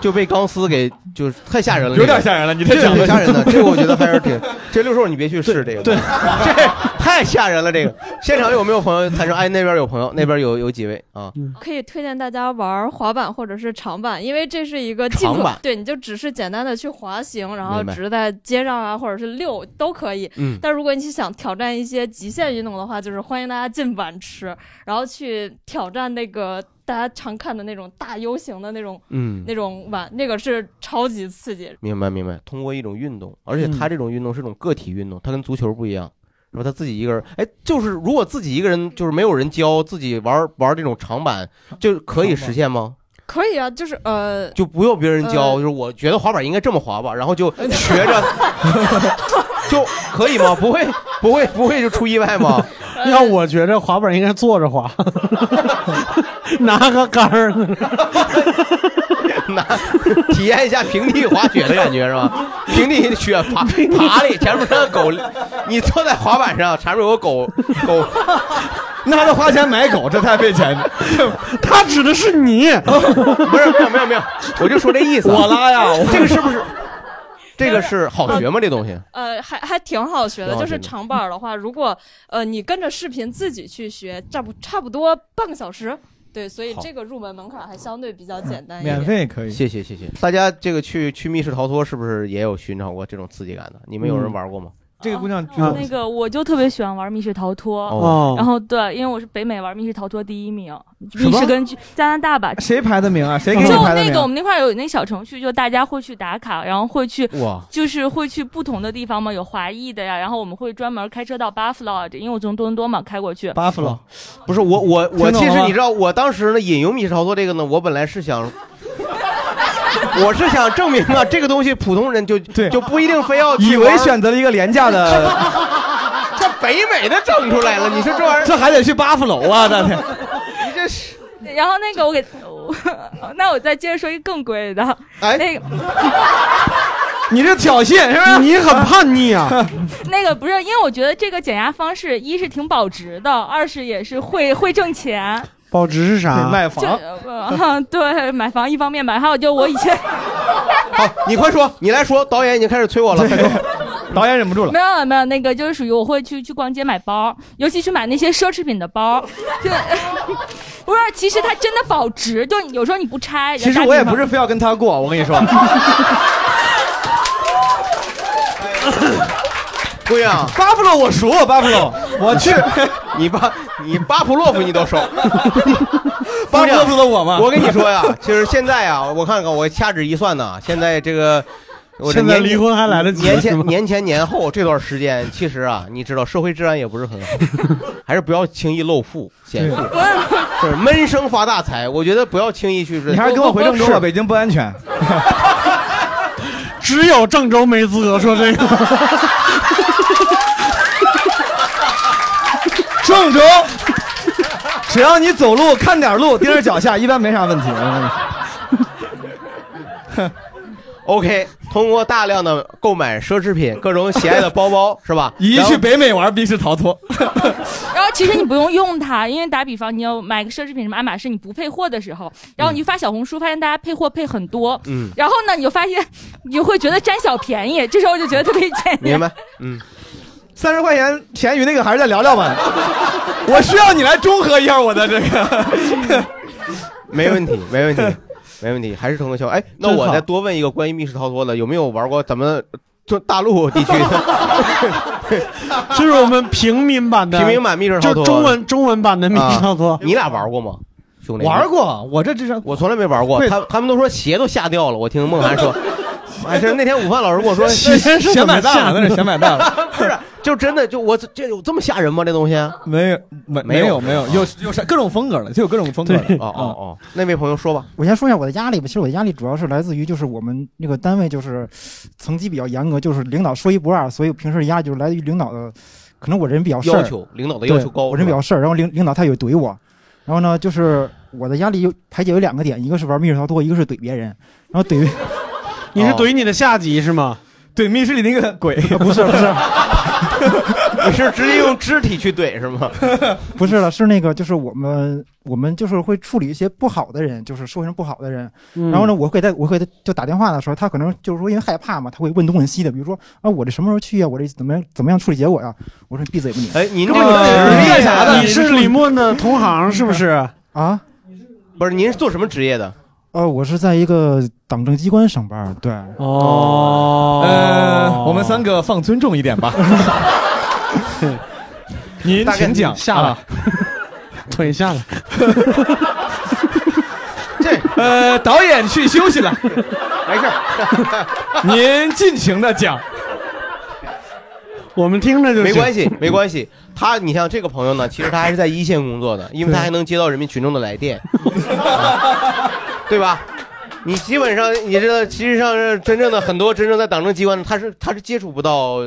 S3: 就被钢丝给就是太吓人了，
S17: 有点吓人了你这
S3: 这
S17: 讲
S3: 挺
S17: 的
S3: 吓人的，这个我觉得还是挺。这六兽你别去试这个，对， 这太吓人了。这个现场有没有朋友参说？哎，那边有朋友，
S17: 嗯
S3: 那边有有几位啊？
S19: 可以推荐大家玩滑板或者是长板，因为这是一个尽
S3: 长
S19: 可
S3: 板
S19: 对，你就只是简单的去滑行，然后
S3: 明白
S19: 只是在街上啊或者是溜都可以。
S3: 嗯
S19: 但如果你想挑战一些极限运动的话，就是欢迎大家进板池，然后去挑战那个大家常看的那种大 U 型的那种，
S3: 嗯
S19: 那种碗，那个是超级刺激。
S3: 明白明白，通过一种运动，而且
S17: 嗯
S3: 他这种运动是种个体运动，他跟足球不一样，是吧？他自己一个人，哎，就是如果自己一个人就是没有人教，自己玩玩这种长板，就可以实现吗？
S19: 可以啊，就是呃，
S3: 就不用别人教，
S17: 嗯
S19: 呃
S3: 就是我觉得滑板应该这么滑吧，然后就学 着，就可以吗？不会 不会不会就出意外吗？
S4: 要我觉着滑板应该坐着 滑，拿个杆儿。
S3: 拿体验一下平地滑雪的感觉是吧？平地雪爬爬里，前面有 狗， 你坐在滑板上，前面有个狗 狗，
S17: 那他花钱买狗，这太费钱。
S4: 他指的是你，
S3: 不是没有没有没有，我就说这意思。啊
S17: 我拉呀我
S3: 这个是不是？这个是好学吗？这东西？
S19: 呃，还还挺好学的，
S3: 挺好
S19: 就
S3: 学
S19: 是
S3: 的
S19: 长板儿的话，如果呃你跟着视频自己去学，差不差不多半个小时。对，所以
S3: 好嗯
S19: 这个入门门槛还相对比较简单一点。
S3: 免
S17: 嗯费可以，
S3: 谢谢谢谢。大家这个去去密室逃脱是不是也有寻找过这种刺激感的？你们
S17: 嗯
S3: 有人玩过吗？
S17: 这个姑娘
S14: 那个我就特别喜欢玩密室逃脱，
S3: 哦
S14: 然后对，因为我是北美玩密室逃脱第一名，
S17: 什
S14: 密
S17: 么
S14: 室跟去加拿大吧。
S17: 谁排的名啊？谁
S14: 就
S17: 给你排的
S14: 那
S17: 名
S14: 个我？们那块儿有那小程序，就大家会去打卡，然后会去
S17: 哇
S14: 就是会去不同的地方嘛，有华裔的呀，然后我们会专门开车到 Buffalo，因为啊我从多伦多嘛开过去。
S3: Buffalo 不是我我我，
S14: 听懂
S3: 其
S14: 了
S3: 实
S14: 吗
S3: 你知道，我当时呢引用密室逃脱这个呢，我本来是想。我是想证明啊，这个东西普通人就就不一定非要去
S17: 以为
S3: 玩
S17: 选择了一个廉价 的，
S3: 呃这北美的整出来了， 你说这玩意儿，
S17: 这还得去巴甫楼啊！那天
S3: 你这是
S14: 然后那个我给， 那我再接着说一个更贵的，
S3: 哎
S14: 那个
S17: 你这挑衅是吧？
S4: 你很叛逆 啊！
S14: 那个不是，因为我觉得这个减压方式，一是挺保值的，二是也是会会挣钱。
S4: 保值是啥？
S17: 卖
S14: 就呃， 对，买房一方面吧，还有就我以前
S3: 你快说，你来说，导演已经开始催我了，快说，
S17: 导演忍 不住
S14: 没有没有那个，就是属于我会去去逛街买包，尤其去买那些奢侈品的包，就 不是，其实它真的保值，就有时候你不拆，
S17: 其实我也不是非要跟他过，我跟你说，
S3: 姑娘，
S17: 巴甫洛我熟，巴甫洛，我去，
S3: 你巴你巴甫洛夫 你都熟，
S17: 巴甫洛夫的我吗？
S3: 我跟你说呀，，就是现在啊，我看看，我掐指一算呢，现在这个我这
S4: 现在
S3: 年
S4: 离婚还来得及
S3: 年
S4: 是
S3: 前
S4: 吗
S3: 年前年后这段时间，其实啊，你知道社会治安也不是很好，还是不要轻易露富显富，就是闷声发大财。我觉得不要轻易去。
S17: 你还是跟我回郑州吧，
S3: 是
S17: 北京不安全。
S4: 只有郑州没资格说这个。
S17: 郑州，只要你走路看点路，盯着脚下，一般没啥问题。
S3: OK，通过大量的购买奢侈品、各种喜爱的包包，是吧？
S17: 一
S3: 然后
S17: 去北美玩必是逃脱。
S14: 然后其实你不用用它，因为打比方，你要买个奢侈品，什么爱马仕，你不配货的时候，然后你就发小红书，发现大家配货配很多，
S3: 嗯
S14: 然后呢，你就发现你会觉得占小便宜，这时候就觉得特 别贱。
S3: 明白？嗯，
S17: 三十块钱闲鱼那个还是再聊聊吧，我需要你来中和一下我的这 个。
S3: 没 问题，没问题，没问题，还是成功效。哎，那
S17: 真
S3: 我
S17: 好
S3: 再多问一个关于密室逃脱的，有没有玩过咱们中大陆地区的
S4: 这是我们平民版的
S3: 平民版密室逃脱？
S4: 就中文中文版的密室逃脱。
S3: 啊你俩玩过吗，兄弟？
S4: 玩
S17: 过，我这智商，
S3: 我从来没玩过。
S4: 会
S3: 他他们都说鞋都吓掉了，我听梦涵 说。哎，是那天午饭老师跟我说，
S17: 鞋是怎么鞋买大了那是鞋买大 了，
S3: 不是，就真的就我这有这么吓人吗？这东西啊
S17: 没有没
S3: 没有
S17: 有没有，有有啥各种风格的，就有各种风格的。
S3: 哦哦哦，那位朋 友说吧，
S20: 我先说一下我的压力吧。其实我的压力主要是来自于就是我们那个单位就是层级比较严格，就是领导说一不二，所以平时压力就是来自于领导的，可能我人比较事儿
S3: 要求领导的要求高
S20: 对我人比较事儿，然后领领导他有怼我，然后呢就是我的压力有排解有两个点，一个是玩密室逃脱，一个是怼别人，然后怼
S4: 你是怼你的下级是吗？
S17: 对，密室里那个 鬼
S20: 不是不是，
S3: 你是直接用肢体去怼 是吗？
S20: 不是了，是那个，就是我们我们就是会处理一些不好的人，就是社会上不好的人。
S4: 嗯
S20: 然后呢，我会在我会在就打电话的时候，他可能就是说因为害怕嘛，他会问东问西的，比如说啊，我这什么时候去啊，我这怎么样怎么样处理结果呀、啊我说你闭嘴吧你。
S3: 哎，您这
S20: 啊
S3: 个职业啥的？
S20: 你是李
S4: 默的同行是不是？
S20: 啊，
S3: 不是，您是做什么职业的？
S20: 呃，我是在一个党政机关上班，对。
S4: 哦
S17: 呃，我们三个放尊重一点吧。您
S20: 大概
S17: 请讲，
S20: 下来
S17: 啊
S4: 腿 下来。
S3: 这
S17: 呃，导演去休息了，
S3: 没事儿，
S17: 您尽情的讲。
S4: 我们听着就
S3: 没关系，没关系。他，你像这个朋友呢，其实他还是在一线工作的，因为他还能接到人民群众的 来电，对吧？你基本上，你知道，其实上是真正的很多真正在党政机关，他是他是接触不到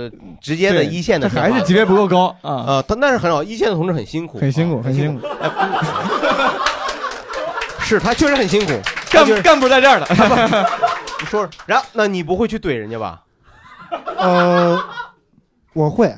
S3: 直接的
S17: 对
S3: 一线的
S17: 这
S3: 想法
S17: 还
S3: 的，
S17: 是级别不够高啊
S3: 啊！他那是很好，一线的同志很辛苦，
S17: 很辛苦，很辛苦。
S3: 是他确实很辛苦，
S17: 干
S3: 他确实
S17: 干部在这儿呢
S3: 你说说，然后那你不会去怼人家
S17: 哎
S3: 吧？
S20: 呃，我会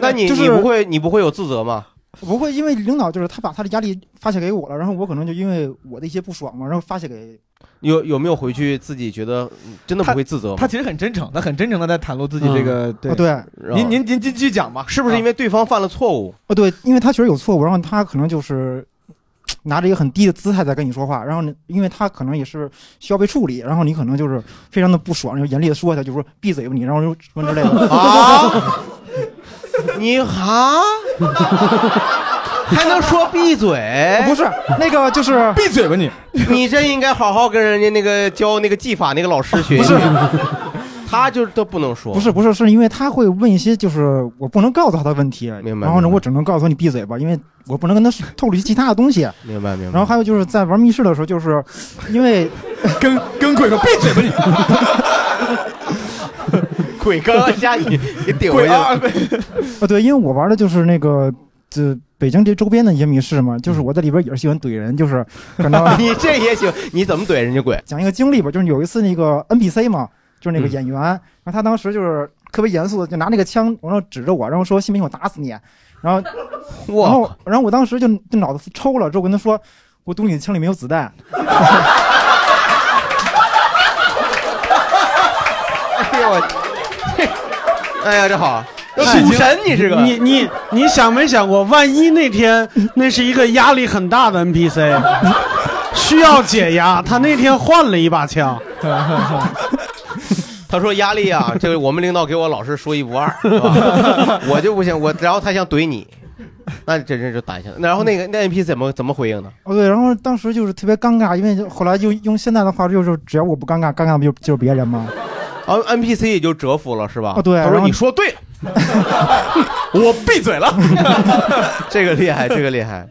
S3: 那你
S20: 就是
S3: 你不会你不会有自责吗？
S20: 不会，因为领导就是他把他的压力发泄给我了，然后我可能就因为我的一些不爽嘛，然后发泄给
S3: 有有没有回去自己觉得嗯真的不会自责吗？
S17: 他其实很真诚，他很真诚的在袒露自己这
S3: 嗯
S17: 个
S20: 啊对
S17: 您您您继续讲吧，啊
S3: 是不是因为对方犯了 错误？
S20: 哦，对，因为他确实有错误，然后他可能就是拿着一个很低的姿态在跟你说话，然后呢，因为他可能也是需要被处理，然后你可能就是非常的不爽，然后严厉的说他，就说闭嘴吧你，然后就什么之类的
S3: 啊，你哈，还能说闭
S17: 哦
S3: 嘴？
S20: 不是那个，就是
S17: 闭嘴吧你！
S3: 你真应该好好跟人家那个教那个技法那个老师学。习。他就是都不能说。
S20: 不是不是，是因为他会问一些就是我不能告诉他的问题，
S3: 明白
S20: 然后呢，我只能告诉他你闭嘴吧，因为我不能跟他透露一些其他的东西。
S3: 明白明
S20: 然后还有就是在玩密室的时候，就是因 为
S17: 跟跟鬼说闭嘴吧你。
S3: 鬼刚刚 下雨，你顶回去了。
S20: 啊，对，因为我玩的就是那个这北京这周边的一些密室嘛，就是我在里边也是喜欢怼人，就是可
S17: 啊
S20: 能
S3: 嗯 你这也行，你怎么怼人家鬼？
S20: 讲一个经历吧，就是有一次那个 NPC 嘛，就是那个
S3: 嗯
S20: 演员，然后他当时就是特别严肃的，就拿那个枪，然后指着我，然后说：“信不信我打死你？” 然后，然后，然后我当时就就脑子抽了，之后跟他说：“我赌你的枪里没有子弹。
S3: 哎呦我，哎呀，这好，
S4: 哎
S3: 赌神你是个
S4: 你你你想没想过，万一那天那是一个压力很大的 NPC，需要解压，他那天换了一把枪。
S3: 他说压力 啊，这个我们领导给我老是说一不二，是吧我就不行，我然后他想怼你，那真是就打一下。然后那个那 NPC 怎么怎么回应呢？
S20: 哦对，然后当时就是特别尴尬，因为就后来就用现在的话就是，只要我不尴尬，尴尬不就就是别人吗？
S3: 啊，NPC 也就折服了是吧？
S20: 哦对
S3: 啊他
S20: 哦然
S3: 说
S20: 后
S3: 你说对了，我闭嘴 了。这个厉害，这个厉害，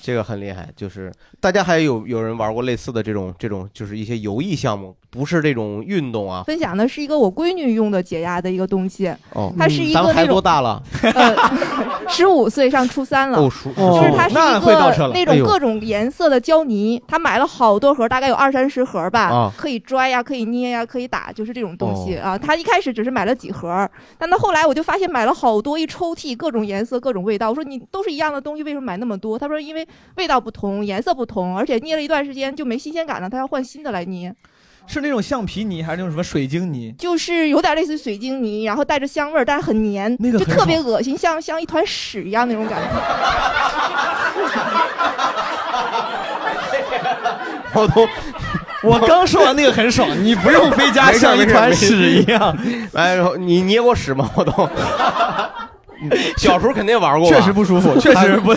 S3: 这个很厉害。就是大家还有有人玩过类似的这种这种，就是一些游艺项目，不是这种运动啊。
S21: 分享的是一个我闺女用的解压的一个东西，
S3: 哦，
S21: 它是一
S3: 咱
S21: 个
S3: 们
S21: 那
S3: 孩子多
S21: 种
S3: 大了？
S21: 十五岁上初三了，
S3: 哦熟
S21: 就是它是
S3: 那
S21: 一
S3: 会倒车
S21: 个
S3: 了
S21: 那
S3: 哎
S21: 种
S3: 呦
S21: 各种颜色的胶泥，他买了好多盒，大概有二三十盒吧，
S3: 啊哦
S21: 可以拽呀，可以捏呀，可以打，就是这种东西、啊。他一开始只是买了几盒，但他后来我就发现买了好多，一抽屉各种颜色、各种味道。我说你都是一样的东西，为什么买那么多？他说因为味道不同，颜色不同，而且捏了一段时间就没新鲜感了，他要换新的来捏。
S5: 是那种橡皮泥还是那种什么水晶泥？
S21: 就是有点类似于水晶泥，然后带着香味儿，但是很黏，
S5: 那个
S21: 就
S5: 很
S21: 特别恶心，像像一团屎一样那种感觉。
S3: 我都，
S5: 我刚说完那个很爽，你不用非加
S3: 没事
S5: 像一团屎一样。
S3: 哎，然后你捏过屎吗？我都。 小时候肯定玩过吧，
S5: 确实不舒服 确实不。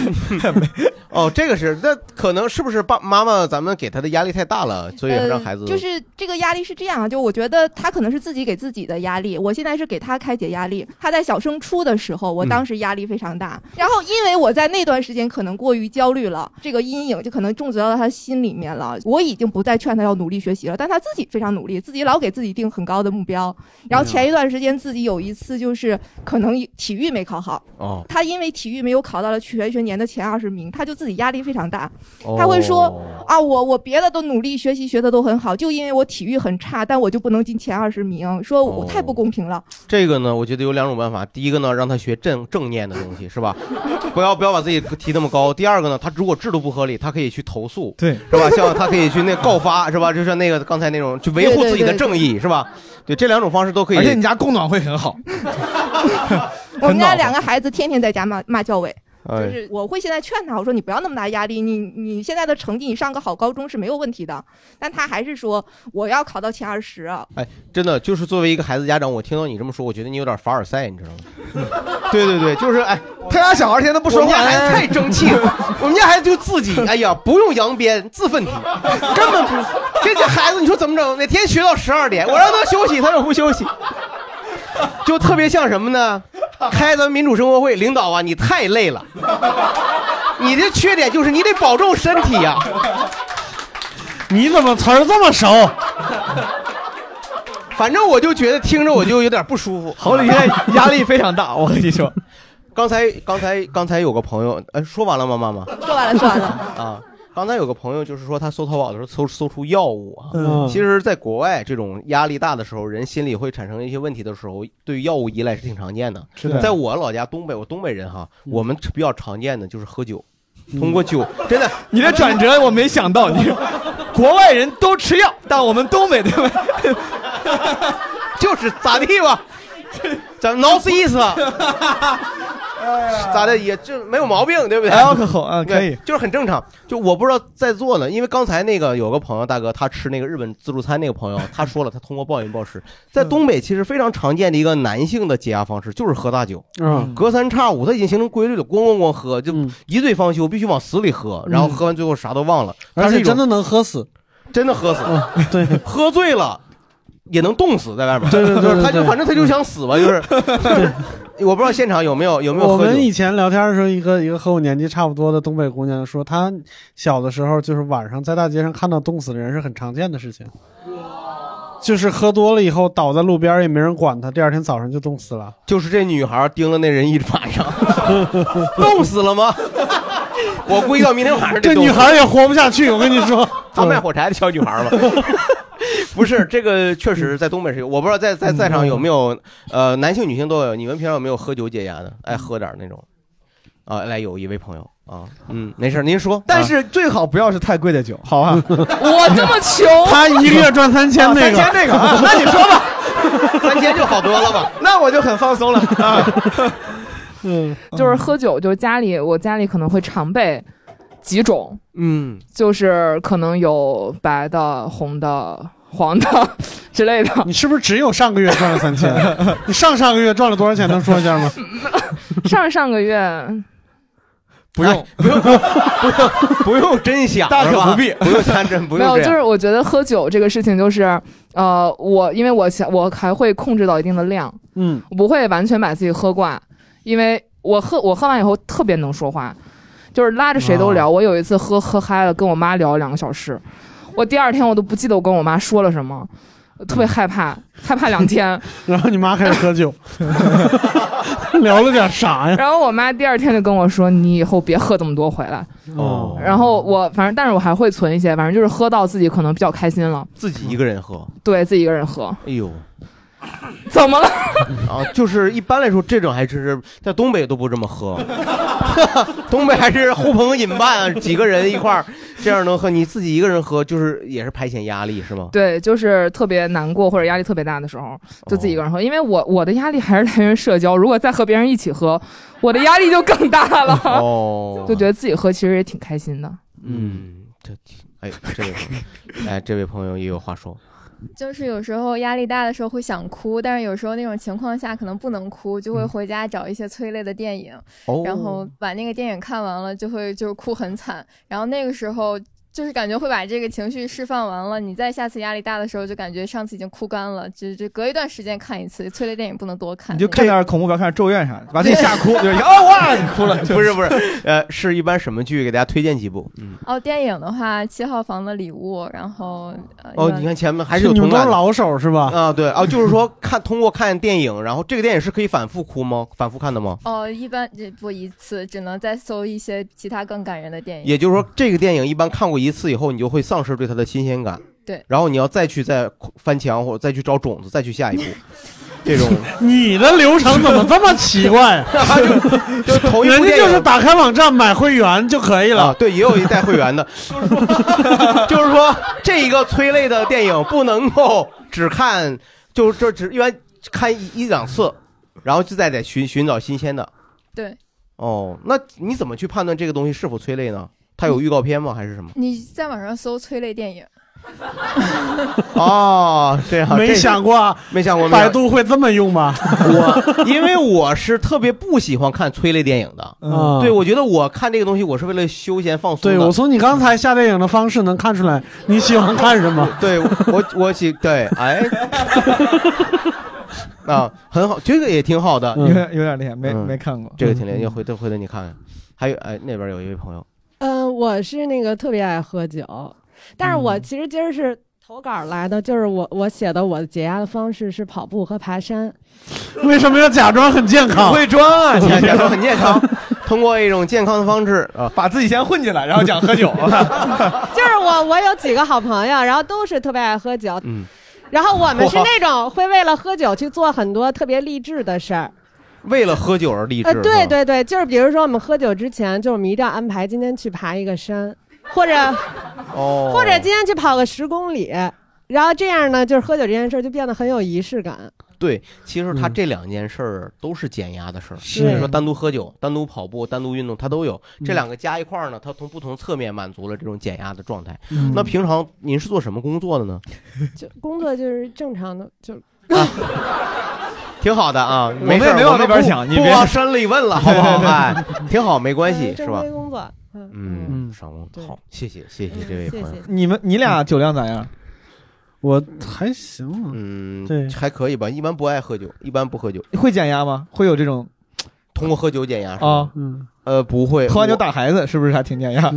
S3: 哦，这个是，那可能是不是爸妈妈咱们给他的压力太大了， 所以让孩子
S21: 呃、就是这个压力是这样啊，就我觉得他可能是自己给自己的压力，我现在是给他开解压力。他在小升初的时候，我当时压力非常
S5: 嗯
S21: 大，然后因为我在那段时间可能过于焦虑了，这个阴影就可能种植到他心里面了。我已经不再劝他要努力学习了，但他自己非常努力，自己老给自己定很高的目标。然
S5: 啊
S21: 后前一段时间自己有一次就是可能体育没考好，
S10: 嗯
S3: 哦
S21: 他因为体育没有考到了全学年的前二十名，他就自己压力非常大
S3: 哦，
S21: 他会说、啊，我我别的都努力学习学的都很好，就因为我体育很差，但我就不能进前二十名，说我
S3: 哦
S21: 太不公平了。
S3: 这个呢，我觉得有两种办法。第一个呢，让他学正正念的东西，是吧？ 不要不要把自己提那么高。第二个呢，他如果制度不合理，他可以去投诉，
S5: 对，
S3: 是吧？像他可以去那告发，是吧？就是那个刚才那种，去维护自己的正义，是吧？对，这两种方式都可以。
S5: 而且你家供暖会很好，
S21: 我们家两个孩子天天在家骂骂教委。
S3: 哎
S21: 就是我会现在劝他，我说你不要那么大压力，你你现在的成绩，你上个好高中是没有问题的。但他还是说我要考到前二十，啊
S3: 哎，真的，就是作为一个孩子家长，我听到你这么说，我觉得你有点凡尔赛，你知道吗？ 对对对，就是哎，
S5: 他家小孩天天不说话哎
S3: 我们家孩子太 争气了，我们家孩子就自己，哎呀，不用扬鞭，自奋蹄，根本不。这这孩子，你说怎么整？哪天学到十二点，我让他休息，他又不休息，就特别像什么呢？开咱们民主生活会，领导啊，你太累了， 你的缺点就是你得保重身体啊呀、
S4: 你怎么词儿这么熟？
S3: 反正我就觉得听着我就有点不舒服。
S5: 好，你现在压力非常大，我跟你说。
S3: 刚才刚才刚才有个朋友，呃，说完了吗，妈妈？
S21: 说完了说完了，
S3: 啊，刚才有个朋友就是说，他搜淘宝的时候搜搜出药物啊。
S5: 嗯
S3: 其实，在国外这种压力大的时候，人心里会产生一些问题的时候，对于药物依赖是挺常见的。
S5: 是的嗯
S3: 在我老家东北，我东北人哈，我们比较常见的就是喝酒，通过酒，真的，
S5: 你的转折我 没想到，你国外人都吃药，但我们东北的
S3: 就是咋地 吧，咱 North East 吧，咋的也就没有毛病，对不对？
S5: 哎我可好啊可以
S3: 对就是很正常。就我不知道在座呢，因为刚才那个有个朋友大哥，他吃那个日本自助餐那个 朋友，他说了，他通过暴饮暴食，在东北其实非常常见的一个男性的解压方式就是喝大酒，
S4: 嗯
S3: 隔三差五他已经形成规律了，咣咣咣喝，就一醉方休，必须往死里喝，然后喝完最后啥都忘了，
S4: 嗯而且真
S3: 的
S4: 的能喝死，嗯
S3: 真的喝死，
S4: 对，
S3: 喝醉了。也能冻死在外面，
S4: 对对对对
S3: 就是他就
S4: 对
S3: 反正他就想死 吧，就是，我不知道现场有没有有没有
S4: 我
S3: 喝酒
S4: 们以前聊天的时候，一个一个和我年纪差不多的东北姑娘说，她小的时候就是晚上在大街上看到冻死的人是很常见的事情，就是喝多了以后倒在路边儿也没人管她，第二天早上就冻死了。
S3: 就是这女孩盯了那人一晚上， 冻死了吗？ 我估计到明天晚上
S4: 这
S3: 冻
S4: 女
S3: 死。
S4: 孩也活不下去，我跟你说
S3: 她卖火柴的小女孩嘛。 不是，这个确实在东北是有，我不知道在在在场有没有，呃，男性女性都有。你们平常有没有喝酒解压的？爱喝点儿那种，啊，来有一位朋友啊，嗯，没事儿，您 说。
S5: 但是最好不要是太贵的酒， 好啊吧？
S3: 我这么穷
S4: 他一个月赚三千那个
S5: 三千那个啊，那你说吧，
S3: 三千就好多了 吧？
S5: 那我就很放 松了啊。
S4: 嗯，
S13: 就是喝酒，就是家里我家里可能会常备几种，
S3: 嗯，
S13: 就是可能有白的、红的、黄的之类的。
S4: 你是不是只有上个月赚了三千？ 你上上个月赚了多少钱？能说一下吗？
S13: 上上个月
S17: 不用，不用，不用，
S3: 不用真想
S17: 大可
S3: 是吧
S17: 不必
S3: 不用参真， 不
S13: 没
S3: 用
S13: 有，
S3: 这样
S13: 就是我觉得喝酒这个事情，就是呃，我因为我想我还会控制到一定的量，
S4: 嗯，
S13: 我不会完全把自己喝挂，因为我喝我喝完以后特别能说话，就是拉着谁都
S3: 哦
S13: 聊。我有一次喝喝嗨了，跟我妈聊两个小时，我第二天我都不记得我跟我妈说了什么，特别害怕，害怕两 天。
S4: 然后你妈开始喝酒，聊了点啥呀？
S13: 然后我妈第二天就跟我说：“你以后别喝这么多回来。”
S3: 哦，
S13: 然后我反正，但是我还会存一些，反正就是喝到自己可能比较开心了，
S3: 自己一个人喝，
S13: 对自己一个人喝。
S3: 哎呦，
S13: 怎么了？
S3: 啊，就是一般来说，这种还真是在东北都不这么喝，东北还是呼朋引伴，几个人一块儿这样能喝。你自己一个人喝，就是也是排遣压力是吗？
S13: 对，就是特别难过或者压力特别大的时候，就自己一个人喝，因为我我的压力还是来源于社交，如果再和别人一起喝，我的压力就更大了，
S3: 哦，
S13: 就觉得自己喝其实也挺开心的。
S3: 嗯，这哎，这位朋友，哎，这位朋友也有话说，
S1: 就是有时候压力大的时候会想哭，但是有时候那种情况下可能不能哭，就会回家找一些催泪的电影，
S3: 嗯哦
S1: 然后把那个电影看完了，就会就是哭很惨。然后那个时候就是感觉会把这个情绪释放完了，你再下次压力大的时候，就感觉上次已经哭干了，只只隔一段时间看一次催泪电影，不能多看。
S5: 你就看点恐怖片，看点咒怨啥的，把
S1: 自己吓
S5: 哭，就是啊哇，你哭了。
S3: 不是不是，呃，是一般什么剧？给大家推荐几部。嗯，
S1: 哦，电影的话，《七号房的礼物》，然后呃，
S3: 哦，
S1: 有
S3: 你看前面还是
S4: 是
S3: 有
S4: 你
S3: 同
S4: 们都
S3: 感
S4: 是
S3: 的
S4: 老手是吧？
S3: 啊，对啊，就是说看通过看电影，然后这个电影是可以反复哭吗？反复看的吗？
S1: 哦，一般这不一次，只能再搜一些其他更感人的电影。
S3: 也就是说，这个电影一般看过一次以后，你就会丧失对它的新鲜感。
S1: 对
S3: 然后你要再去再翻墙，或者再去找种子，再去下一步，这种
S4: 你的流程怎么这么奇怪呀、
S3: 就头一部
S4: 人家
S3: 电影
S4: 就是打开网站买会员就可以了。
S3: 啊，对，也有一带 会员的， 就是说这一个催泪的电影不能够只看，就是这只一般看一一两次，然后就再得寻寻找新鲜的。
S1: 对
S3: 哦，那你怎么去判断这个东西是否催泪呢？它有预告片吗？还是什么？
S1: 你在网上搜催泪 电影，
S3: 哦，这样
S4: 没想过，啊
S3: 没想过，
S4: 百度会这么用 吗？
S3: 我因为我是特别不喜欢看催泪电影的，
S4: 嗯
S3: 对我觉得我看这个东西，我是为了休闲放松
S4: 对，
S3: 的。
S4: 我从你刚才下电影的方式能看出来你喜欢看什么。
S3: 对我我喜对哎， 啊，很好，这个也挺好的，
S5: 有点 有点厉害，没
S3: 嗯
S5: 没看过
S3: 这个挺厉害，回头回头你看看。还有哎，那边有一位朋友，
S22: 嗯，我是那个特别爱喝酒，但是
S3: 嗯
S22: 我其实今儿是投稿来的，就是我我写的我的解压的方式是跑步和爬 山。
S4: 为什么要假装很健康？
S5: 会装啊，
S3: 你看 假装很健康，通过一种健康的方 式啊，
S5: 把自己先混进来，然后讲喝酒。
S22: 就是我我有几个好朋友，然后都是特别爱喝酒，
S3: 嗯，
S22: 然后我们是那种会为了喝酒去做很多特别励志的事儿。
S3: 为了喝酒而励志，
S22: 呃，对
S3: 是吧，
S22: 对对，就是比如说我们喝酒之前，就是我们一定要安排今天去爬一个山，或者
S3: 哦，
S22: 或者今天去跑个十公里，然后这样呢，就是喝酒这件事儿就变得很有仪式感。
S3: 对，其实他这两件事儿都是减压的事儿。
S22: 是
S3: 你说单独喝酒、单独跑步、单独运动，它都有。这
S22: 嗯
S3: 两个加一块儿呢，它从不同侧面满足了这种减压的状态。
S22: 嗯
S3: 那平常您是做什么工作的呢？
S22: 就工作就是正常的，就
S3: 挺好的啊，
S5: 我
S3: 没
S5: 们
S3: 事
S5: 也
S3: 儿，
S5: 没往
S3: 我们
S5: 那边
S3: 不
S5: 想你
S3: 不
S5: 别
S3: 往深里 问了，好不好？哎，挺好，没关系，
S22: 呃正
S3: 是吧
S22: 规？工作。嗯
S3: 嗯，上工好，谢谢谢嗯谢这位朋友。
S5: 你们你俩酒量咋样？
S4: 我还行，啊
S3: 嗯，
S5: 对
S3: 还可以吧。一般不爱喝酒，一般不喝酒，
S5: 会减压吗？会有这种
S3: 通过喝酒减压是吧
S5: 啊？
S4: 嗯，
S3: 呃，不会，
S5: 喝完酒
S3: 我
S5: 打孩子是不是还挺减压？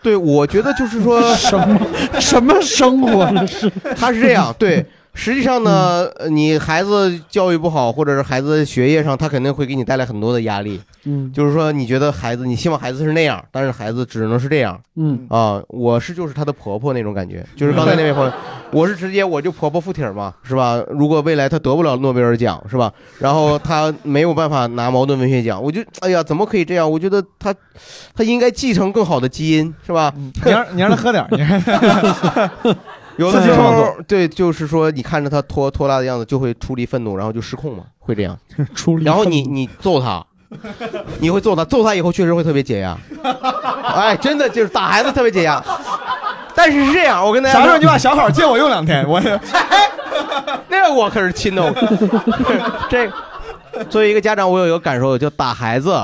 S3: 对，我觉得就是说
S4: 什么什么生活这是？
S3: 他是这样，对。实际上呢，呃你孩子教育不好，或者是孩子学业上，他肯定会给你带来很多的压力。
S4: 嗯
S3: 就是说，你觉得孩子，你希望孩子是那样，但是孩子只能是这样。
S4: 嗯
S3: 啊，我是就是她的婆婆那种感觉，就是刚才那位 朋友，我是直接我就婆婆附体儿嘛，是吧？如果未来她得不了诺贝尔奖，是吧？然后她没有办法拿茅盾文学奖，我就哎呀，怎么可以这样？我觉得她，她应该继承更好的基因，是吧？
S5: 嗯 你让你让她喝点儿，你让
S3: 有的
S5: 自
S3: 时
S5: 己创
S3: 候
S5: 作，
S3: 对，就是说你看着他拖拖拉的样子，就会出离愤怒，然后就失控嘛，会这 样。
S4: 出
S3: 然后你你揍他，你会揍他，揍他以后确实会特别解 压。哎，真的就是打孩子特别解压。但是是这样，我跟大家哎
S5: 啥时候你把小好借我用两 天？我
S3: 那我可是亲的， 我这作为一个家长，我有一个感受，就打孩子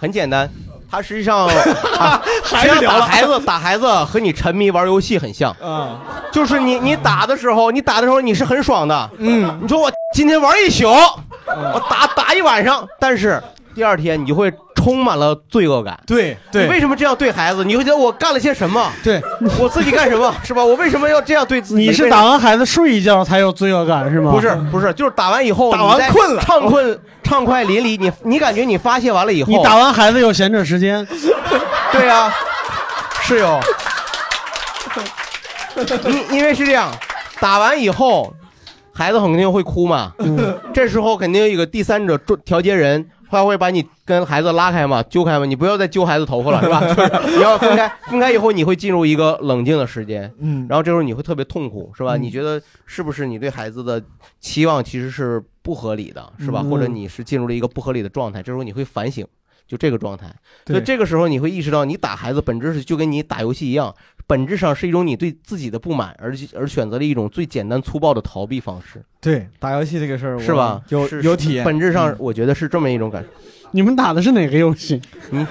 S3: 很简单，他实际上啊
S17: 还是
S3: 实际上
S17: 聊了
S3: 打孩子打孩子和你沉迷玩游戏很像，
S20: 嗯
S17: 啊，
S3: 就是你你打的时候，你打的时候你是很爽的，嗯，你说我今天玩一宿，我打打一晚上，但是第二天你就会充满了罪恶感，
S17: 对
S3: 对，为什么这样对孩子？你会觉得我干了些什么？
S17: 对，
S3: 我自己干什么是吧？我为什么要这样对自己？
S4: 你是啊
S3: 为什么
S4: 打完孩子睡一觉才有罪恶感是吗？
S3: 不是不是，就是打完以后，
S4: 打完
S3: 你在
S4: 困了
S3: 畅困畅快淋漓，你你感觉你发泄完了以后，
S4: 你打完孩子有闲着时间，
S3: 对呀、是有。因因为是这样，打完以后，孩子肯定会哭嘛，
S5: 嗯
S3: 这时候肯定有一个第三者中调节人，他会把你跟孩子拉开嘛，揪开嘛，你不要再揪孩子头发了， 是吧？就是你要分开，分开以后你会进入一个冷静的时间，
S5: 嗯
S3: 然后这时候你会特别痛苦，是吧？
S5: 嗯
S3: 你觉得是不是你对孩子的期望其实是不合理的，是吧？
S5: 嗯
S3: 或者你是进入了一个不合理的状态，这时候你会反省。就这个状态，
S5: 对
S3: 所以这个时候你会意识到，你打孩子本质是就跟你打游戏一样，本质上是一种你对自己的不满，而而选择了一种最简单粗暴的逃避方式，
S5: 对，打游戏这个事儿
S3: 是吧？
S5: 有
S3: 是
S5: 有体验，嗯
S3: 本质上我觉得是这么一种感受。
S4: 你们打的是哪个游戏？
S3: 嗯，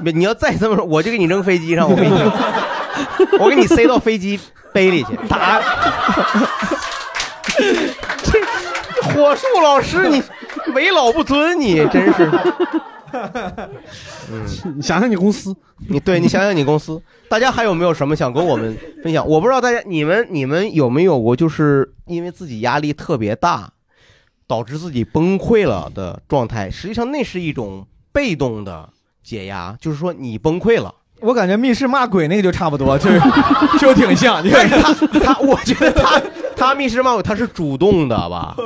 S3: 你你要再这么说，我就给你扔飞机上，我给你， 我给你塞到飞机杯里去打。 这火树老师，你为老不尊，你真 是。嗯，
S4: 想 想你公司，
S3: 你对你想想你公司，大家还有没有什么想跟我们分享？我不知道大家你们你们有没有过就是因为自己压力特别大，导致自己崩溃了的状态？实际上那是一种被动的解压，就是说你崩溃了。
S5: 我感觉密室骂鬼那个就差不多，就是就挺像。你
S3: 但
S5: 看
S3: 是他 他，我觉得他他密室骂鬼他是主动的吧，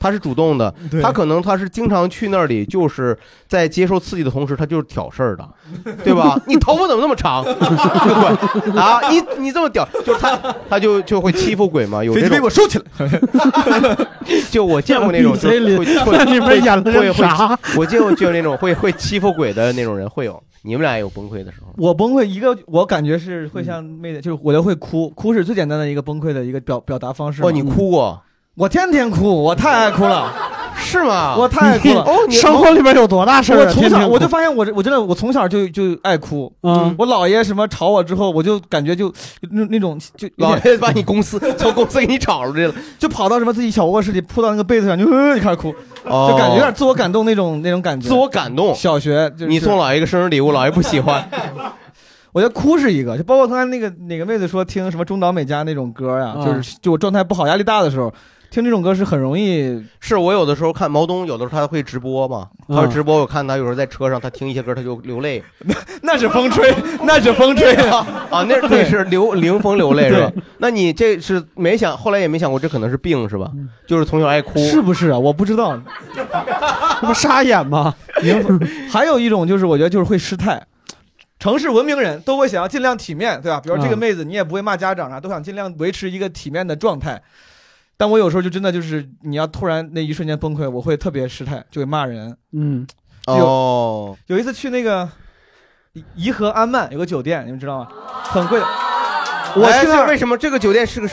S3: 他是主动的，他可能他是经常去那里，就是在接受刺激的同时，他就是挑事 儿的，呃对吧？你头发怎么那么长？ 滚啊！你你这么屌，就是他他就就会欺负鬼嘛，有
S5: 飞
S3: 这
S5: 机
S3: 种
S5: 杯我收起来。
S3: 就我见过那种，就是会会会
S4: 你们演了个
S3: 会
S4: 啥
S3: 会，我见过就那种会会欺负鬼的那种人会有，你们俩有崩溃的时候吗。
S5: 我崩溃一个，我感觉是
S3: 嗯
S5: 会像妹子，就是我就会哭，哭是最简单的一个崩溃的一个表表达方式嘛。嗯
S3: 哦你哭过？
S5: 我天天哭，我太爱哭了。
S3: 是吗
S5: 我太爱 哭了。
S3: 你哦你生
S4: 活里边有多大事儿啊
S5: 我从
S4: 天天
S5: 小
S4: 哭
S5: 我就发现我这我真的我从小就就爱哭。
S4: 嗯，
S5: 我姥爷什么吵我之后，我就感觉就就那那种就
S3: 老爷把你公司从公司给你炒出去了，
S5: 就跑到什么自己小卧室里扑到那个被子上就、呃、就开始哭，
S3: 哦
S5: 就感觉有点自我感动那种那种感觉。
S3: 自我感动。
S5: 小学就是
S3: 你送姥爷一个生日礼物，姥爷不喜欢。
S5: 我觉得哭是一个，就包括刚才那个哪个妹子说听什么中岛美嘉那种歌呀、
S3: 嗯
S5: 就是就我状态不好、压力大的时候，听这种歌是很 容易。
S3: 是我有的时候看毛东，有的时候他会直播嘛，他
S5: 嗯
S3: 会直播，我看他有时候在车上，他听一些歌他就流泪，
S5: 那是风吹，那是风 吹
S3: 啊啊，那那是流零风流泪是吧
S5: 对？
S3: 那你这是没想，后来也没想过这可能是病是吧？就是从小爱哭，
S5: 嗯是不是啊？我不 知道，
S4: 这不沙眼吗？
S5: 还有一种就是我觉得就是会失态。城市文明人都会想要尽量体面，对吧？比如说这个
S4: 嗯
S5: 妹子，你也不会骂家长啥，啊都想尽量维持一个体面的状态。但我有时候就真的就是，你要突然那一瞬间崩溃，我会特别失态，就会骂人。
S4: 嗯，
S3: 哦，
S5: 有一次去那个颐颐和安曼有个酒店，你们知道吗？很贵的。我
S3: 哎
S5: 去那
S3: 这
S5: 儿
S3: 为什么这个酒店是个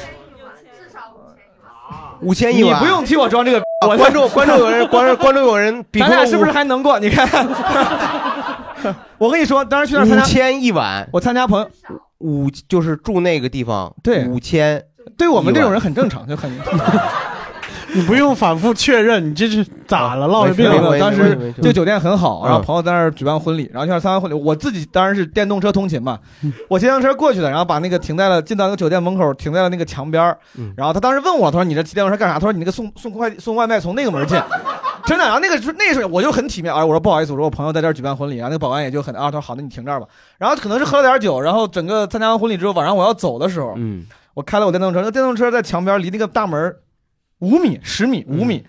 S3: 五千一
S5: 你
S3: 晚？
S5: 不用替我装这个逼，
S3: 啊
S5: 我
S3: 观众观众有人观众观众有人比
S5: 咱
S3: 出
S5: 俩
S3: 了
S5: 是不是
S3: 五
S5: 还能过？你 看，我跟你说，当时去那儿参
S3: 五
S5: 加
S3: 千一晚，
S5: 我参加朋友
S3: 五就是住那个地方，
S5: 对
S3: 五千，
S5: 对我们这种人很正常， 就很。
S4: 你不用反复确认，你这是咋了？落
S5: 没
S4: 下
S5: 事
S4: 病
S5: 没
S4: 了？
S5: 有当时这个酒店很好，
S4: 嗯
S5: 然后朋友在那儿举办婚礼，然后去那儿参加婚礼。我自己当然是电动车通勤嘛，我骑电动车过去的，然后把那个停在了进到那个酒店门口，停在了那个墙边儿
S3: 嗯
S5: 然后他当时问我，他说你这骑电动车干啥？他说你那个送送快递送外卖从那个门儿进。真的，然后那个时候那时候我就很体面，哎，我说不好意思，我说我朋友在这儿举办婚礼，然后那个保安也就很啊，他说好，那你停这儿吧。然后可能是喝了点酒，然后整个参加完婚礼之后，晚上我要走的时候，
S3: 嗯，
S5: 我开了我电动车，那电动车在墙边离那个大门儿五米、十米、五
S3: 嗯
S5: 米，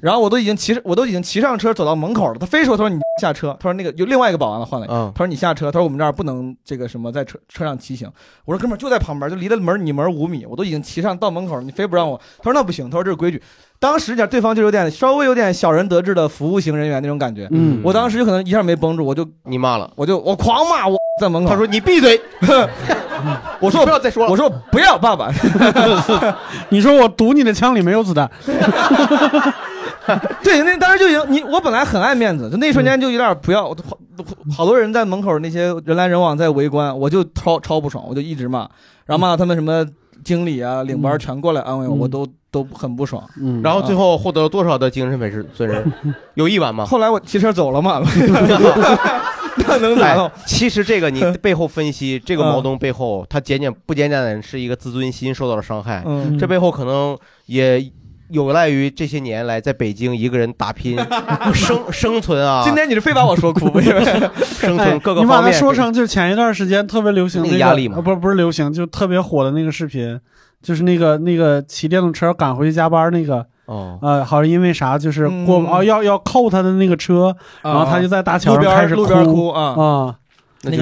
S5: 然后我都已经骑，我都已经骑上车走到门口了，他非说他说你下车，他说那个有另外一个保安了换了，
S3: 嗯
S5: 他说你下车，他说我们这儿不能这个什么在车车上骑行，我说哥们儿就在旁边，就离了门你门五米，我都已经骑上到门口了，你非不让我，他说那不行，他说这是规矩。当时点对方就有点稍微有点小人得志的服务型人员那种感觉，
S3: 嗯
S5: 我当时就可能一下没绷住，我就
S3: 你骂了，
S5: 我就我狂骂我在门口，他
S3: 说你闭嘴，
S5: 我说
S3: 不要再说了，
S5: 我说不要爸 爸，
S4: 你说我堵你的枪里没有子 弹，
S5: 对，那当时就已经你我本来很爱面子，就那一瞬间就有点不要，我都好多人在门口那些人来人往在围观，我就超超不爽，我就一直骂，然后骂到他们什么经理啊、领
S3: 嗯
S5: 班全过来安慰我，我都都很不爽。
S3: 然后最后获得了多少的精神损失？损 失有一晚吗？
S5: 后来我骑车走了嘛，
S3: 那
S5: 能拿到
S3: 哎其实这个 你背后分析，这个毛东背后，他简简不简单是一个自尊心受到了伤害，
S5: 嗯
S3: 这背后可能也。有赖于这些年来在北京一个人打 拼生生存啊！
S5: 今天你是非把我说哭，
S3: 生存各个
S4: 哎你把
S3: 方
S4: 它
S3: 面，
S4: 说成就是前一段时间特别流行
S3: 那
S4: 那
S3: 个
S4: 个
S3: 压力嘛
S4: 啊不是不是流行，就特别火的那个视频，就是那个那个骑电动车赶回去加班那个。
S3: 哦，
S4: 呃，好像因为啥，就是
S3: 嗯
S4: 过、哦要要扣他的那个车，然后他就在大桥
S3: 啊路
S4: 上
S3: 边
S4: 开始
S3: 路边
S4: 哭
S3: 啊
S4: 啊，
S3: 就是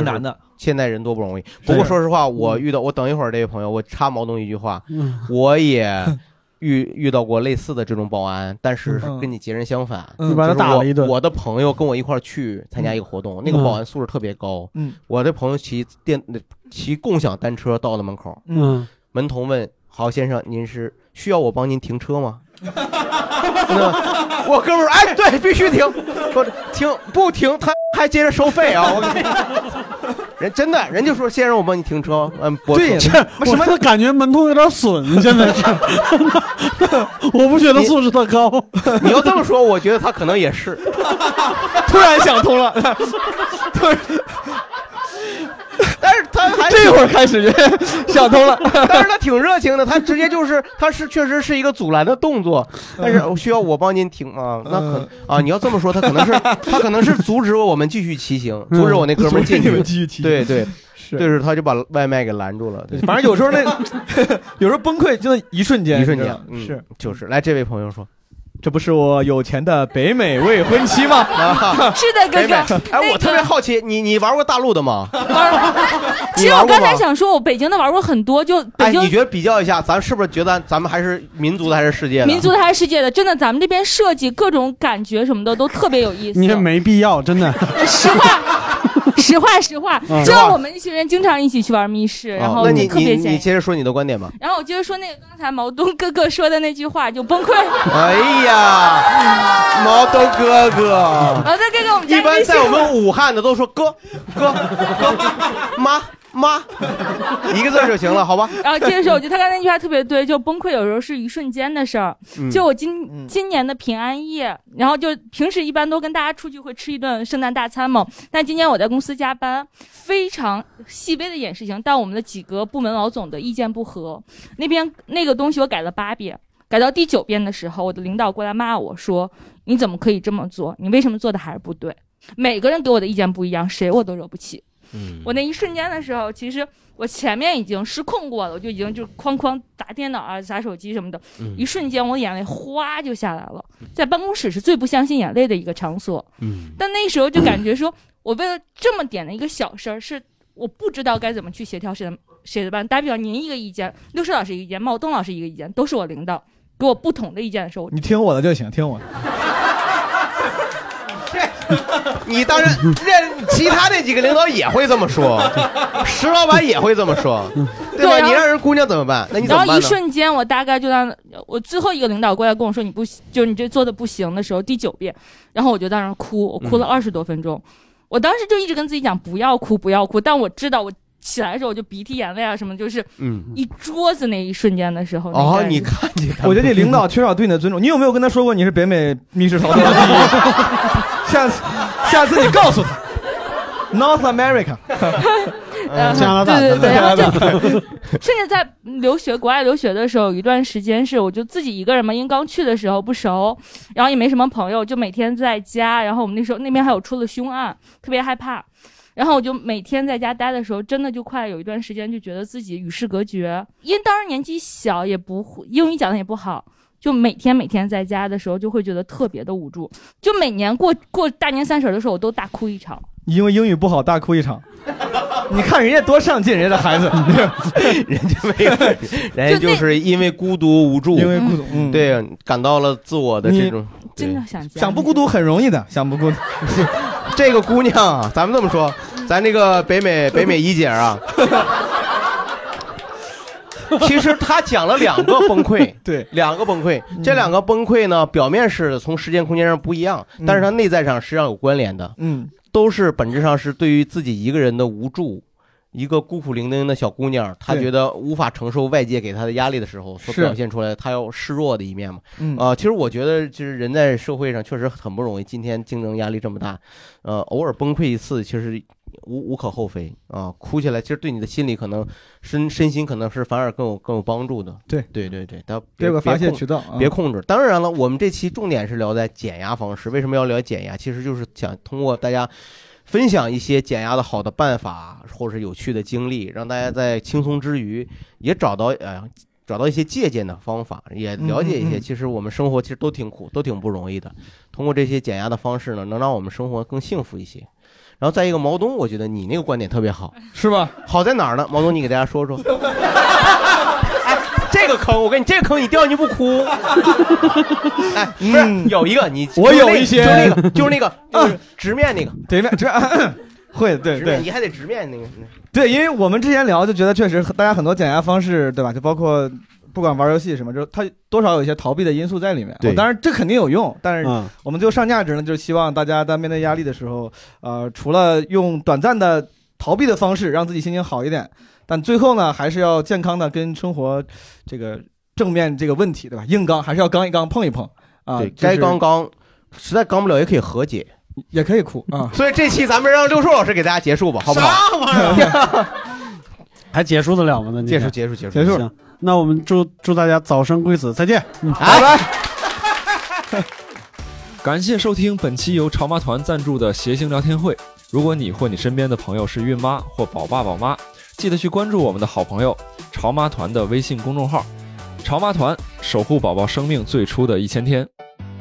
S3: 现代人多不容易。不过说实话，我遇到我等一会儿这位朋友，我插毛东一句话，
S4: 嗯
S3: 我也遇 遇到过类似的这种保安，但是是跟你截然相反。
S4: 嗯嗯你把他
S3: 就是
S4: 打
S3: 我
S4: 了一顿
S3: 我的朋友跟我一块儿去参加一个活动，那个
S4: 嗯
S3: 保安素质特别高。
S4: 嗯，
S3: 我的朋友骑电骑共享单车到了门口，
S4: 嗯，
S3: 门童问：“好先生，您是需要我帮您停车吗？” 真的吗我哥们儿，哎，对，必须停， 说停不停，他还接着收费啊！我跟你人真的，人就说先生，我帮你停车。嗯，我
S4: 对，这什么感觉门童有点损，真的是， 我不觉得素质特高。
S3: 你要这么说，我觉得他可能也 是。
S5: 突然想通了，
S3: 但是他还
S5: 这会儿开始 想通了，
S3: 但是他挺热情的，他直接就是他是确实是一个阻拦的动作，
S5: 嗯
S3: 但是需要我帮您停吗？那可啊，你要这么说，他可能是他可能是阻止我们继续骑行，阻止我那哥们儿进
S5: 嗯 阻止你
S3: 去，
S5: 们继续骑行
S3: 对对，
S5: 是
S3: 就是他就把外卖给拦住了。对
S5: 反正有时候那有时候崩溃真的一瞬间，
S3: 一瞬
S5: 你知
S3: 间
S5: 道吗
S3: 嗯
S5: 是
S3: 就是。来，这位朋友说，
S5: 这不是我有钱的北美未婚 妻 吗？
S3: 是
S14: 的哥哥
S3: 哎，
S14: 那
S3: 我
S14: 个
S3: 特别好奇，你你玩过大陆的吗？
S14: 其
S3: 你
S14: 实
S3: 玩
S14: 我
S3: 过
S14: 刚
S3: 吗
S14: 才想说，我北京的玩过很多，就北
S3: 哎，
S14: 京
S3: 你觉得比较一下，咱是不是觉得咱们还是民族的还是世界的？
S14: 民族的还是世界的，真的，咱们这边设计各种感觉什么的都特别有意 思。
S4: 你也没必要，真的。
S14: 实话，实话，实话
S3: 嗯，
S14: 知道我们一群人经常一起去玩密室，然
S3: 啊
S14: 后
S3: 那你
S14: 特
S3: 你
S14: 别闲
S3: 你。接着说你的观点吧。
S14: 然后我就是说那个刚才毛东哥哥说的那句话，就崩溃了。
S3: 哎呀，毛豆哥哥，
S14: 毛豆哥哥，我们家
S3: 啊一般
S14: 微信
S3: 在我们武汉的都说哥哥哥妈妈，一个字儿就行了，好吧？
S14: 然后啊接着说，我觉得他刚才那句话特别对，就崩溃有时候是一瞬间的事儿。
S3: 嗯
S14: 就我今、今年的平安夜，然后就平时一般都跟大家出去会吃一顿圣诞大餐嘛，但今年我在公司加班，非常细微的一点事情，但我们的几个部门老总的意见不合，那边那个东西我改了八遍。改到第九遍的时候，我的领导过来骂我说：“你怎么可以这么做？你为什么做的还是不对？”每个人给我的意见不一样，谁我都惹不起。
S2: 嗯
S14: 我那一瞬间的时候，其实我前面已经失控过了，我就已经就哐哐砸电脑啊、砸手机什么的，
S2: 嗯
S14: 一瞬间我眼泪哗就下来了。在办公室是最不相信眼泪的一个场所，
S2: 嗯
S14: 但那时候就感觉说，我为了这么点的一个小事儿，是我不知道该怎么去协调谁的谁的办。打比方，您一个意见，六十老师一个意见，茂东老师一个意见，都是我领导给我不同的意见的时候，我
S5: 你听我的就行，听我的。
S3: 你当然，那其他那几个领导也会这么说，石老板也会这么说，对吧？
S14: 对啊
S3: 你让人姑娘怎么办？那你怎
S14: 然
S3: 么
S14: 后
S3: 办
S14: 一
S3: 呢？
S14: 瞬间，我大概就让我最后一个领导过来跟我说：“你不行，就是你这做的不行”的时候，第九遍，然后我就在那儿哭，我哭了
S2: 嗯
S14: 二十多分钟。我当时就一直跟自己讲不要哭，不要哭，但我知道我起来的时候我就鼻涕眼泪啊什么，就是
S3: 嗯
S14: 一桌子那一瞬间的时候。那
S5: 哦
S14: 个，
S5: 你看你，我觉得你领导缺少对你的尊重。你有没有跟他说过你是北美密室逃脱的 第一？下次，下次你告诉他，North America，
S4: 呃加拿大
S14: 对对对，
S4: 加
S14: 然
S4: 拿
S14: 后
S4: 大
S14: 就甚至在留学国外留学的时候，有一段时间是我就自己一个人嘛，因为刚去的时候不熟，然后也没什么朋友，就每天在家。然后我们那时候那边还有出了凶案，特别害怕。然后我就每天在家待的时候，真的就快有一段时间就觉得自己与世隔绝，因为当时年纪小，也不会英语讲的也不好，就每天每天在家的时候就会觉得特别的无助。就每年过过大年三十的时候，我都大哭一场。
S5: 因为英语不好大哭一场。你看人家多上进，人家的 孩子，
S3: 人家没有，人家就是因为孤独无助，因为孤独，
S14: 嗯
S3: 嗯对，感到了自我的这种。
S14: 真的想家，
S5: 想不孤独很容易的，想不孤独。
S3: 这个姑娘啊，咱们这么说，咱这个北美北美一姐啊，其实他讲了两个崩溃，
S5: 对，嗯
S3: 两个崩溃。这两个崩溃呢，表面是从时间空间上不一样，但是它内在上实际上有关联的。
S5: 嗯，
S3: 都是本质上是对于自己一个人的无助，一个孤苦伶仃的小姑娘，她
S5: 对
S3: 觉得无法承受外界给她的压力的时候，所
S5: 是
S3: 表现出来她要示弱的一面嘛。
S5: 嗯
S3: 啊、其实我觉得就是人在社会上确实很不容易，今天竞争压力这么大，呃，偶尔崩溃一次其实无无可厚非啊、哭起来其实对你的心理可能身身心可能是反而更有更有帮助的。
S5: 对
S3: 对对对，但
S5: 这个发泄
S3: 控
S5: 渠道啊
S3: 别控制。当然了，我们这期重点是聊在减压方式。为什么要聊减压？其实就是想通过大家分享一些减压的好的办法，或者是有趣的经历，让大家在轻松之余也找到呃找到一些借鉴的方法，也了解一
S5: 嗯嗯
S3: 些。
S5: 嗯
S3: 其实我们生活其实都挺苦，都挺不容易的。通过这些减压的方式呢，能让我们生活更幸福一些。然后再一个，毛东，我觉得你那个观点特别好，
S5: 是吧？
S3: 好在哪儿呢？毛东，你给大家 说说。哎这个坑，我跟你这个坑，你掉进去不哭。 哎，不是，有一个啊你，
S5: 我
S3: 就是
S5: 有
S3: 那
S5: 一些
S3: 就是那个，就是 那个，就是直面那个，
S5: 对面这 会对
S3: 直面，
S5: 对
S3: 你还得直面那个。
S5: 对，因为我们之前聊就觉得确实大家很多减压方式，对吧？就包括不管玩游戏什么，就是它多少有一些逃避的因素在里面。
S23: 对
S5: 我当然这肯定有用，但是
S23: 嗯
S5: 我们最后上价值呢，就是希望大家在面对压力的时候，呃，除了用短暂的逃避的方式让自己心情好一点，但最后呢，还是要健康的跟生活这个正面这个问题，对吧？硬刚还是要刚一刚，碰一碰啊
S3: 对，
S5: 就是
S3: 该刚刚，实在刚不了也可以和解，
S5: 也可以哭啊。
S3: 所以这期咱们让六叔老师给大家 结束吧，好不 好？
S4: 还结束得了吗？那
S3: 结束结束结束
S4: 结
S3: 结束
S4: 束。行那我们祝祝大家早生贵子，再见。嗯，
S3: 拜
S5: 拜。
S1: 感谢收听本期由潮妈团赞助的谐星聊天会。如果你或你身边的朋友是孕妈或宝爸宝妈，记得去关注我们的好朋友潮妈团的微信公众号“潮妈团”，守护宝宝生命最初的一千天。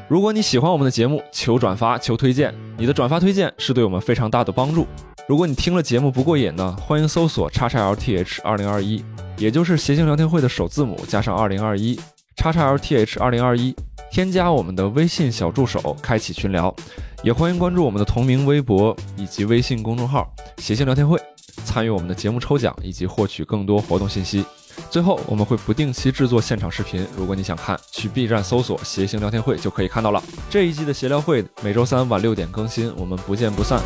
S1: 如果你喜欢我们的节目，求转发，求推荐，你的转发推荐是对我们非常大的帮助。如果你听了节目不过瘾呢，欢迎搜索叉叉 LTH 二零二一，也就是谐星聊天会的首字母加上二零二一，叉叉 LTH 二零二一，添加我们的微信小助手，开启群聊，也欢迎关注我们的同名微博以及微信公众号“谐星聊天会”，参与我们的节目抽奖以及获取更多活动信息。最后，我们会不定期制作现场视频，如果你想看，去 B 站搜索“谐星聊天会”就可以看到了。这一季的闲聊会每周三晚六点更新，我们不见不散。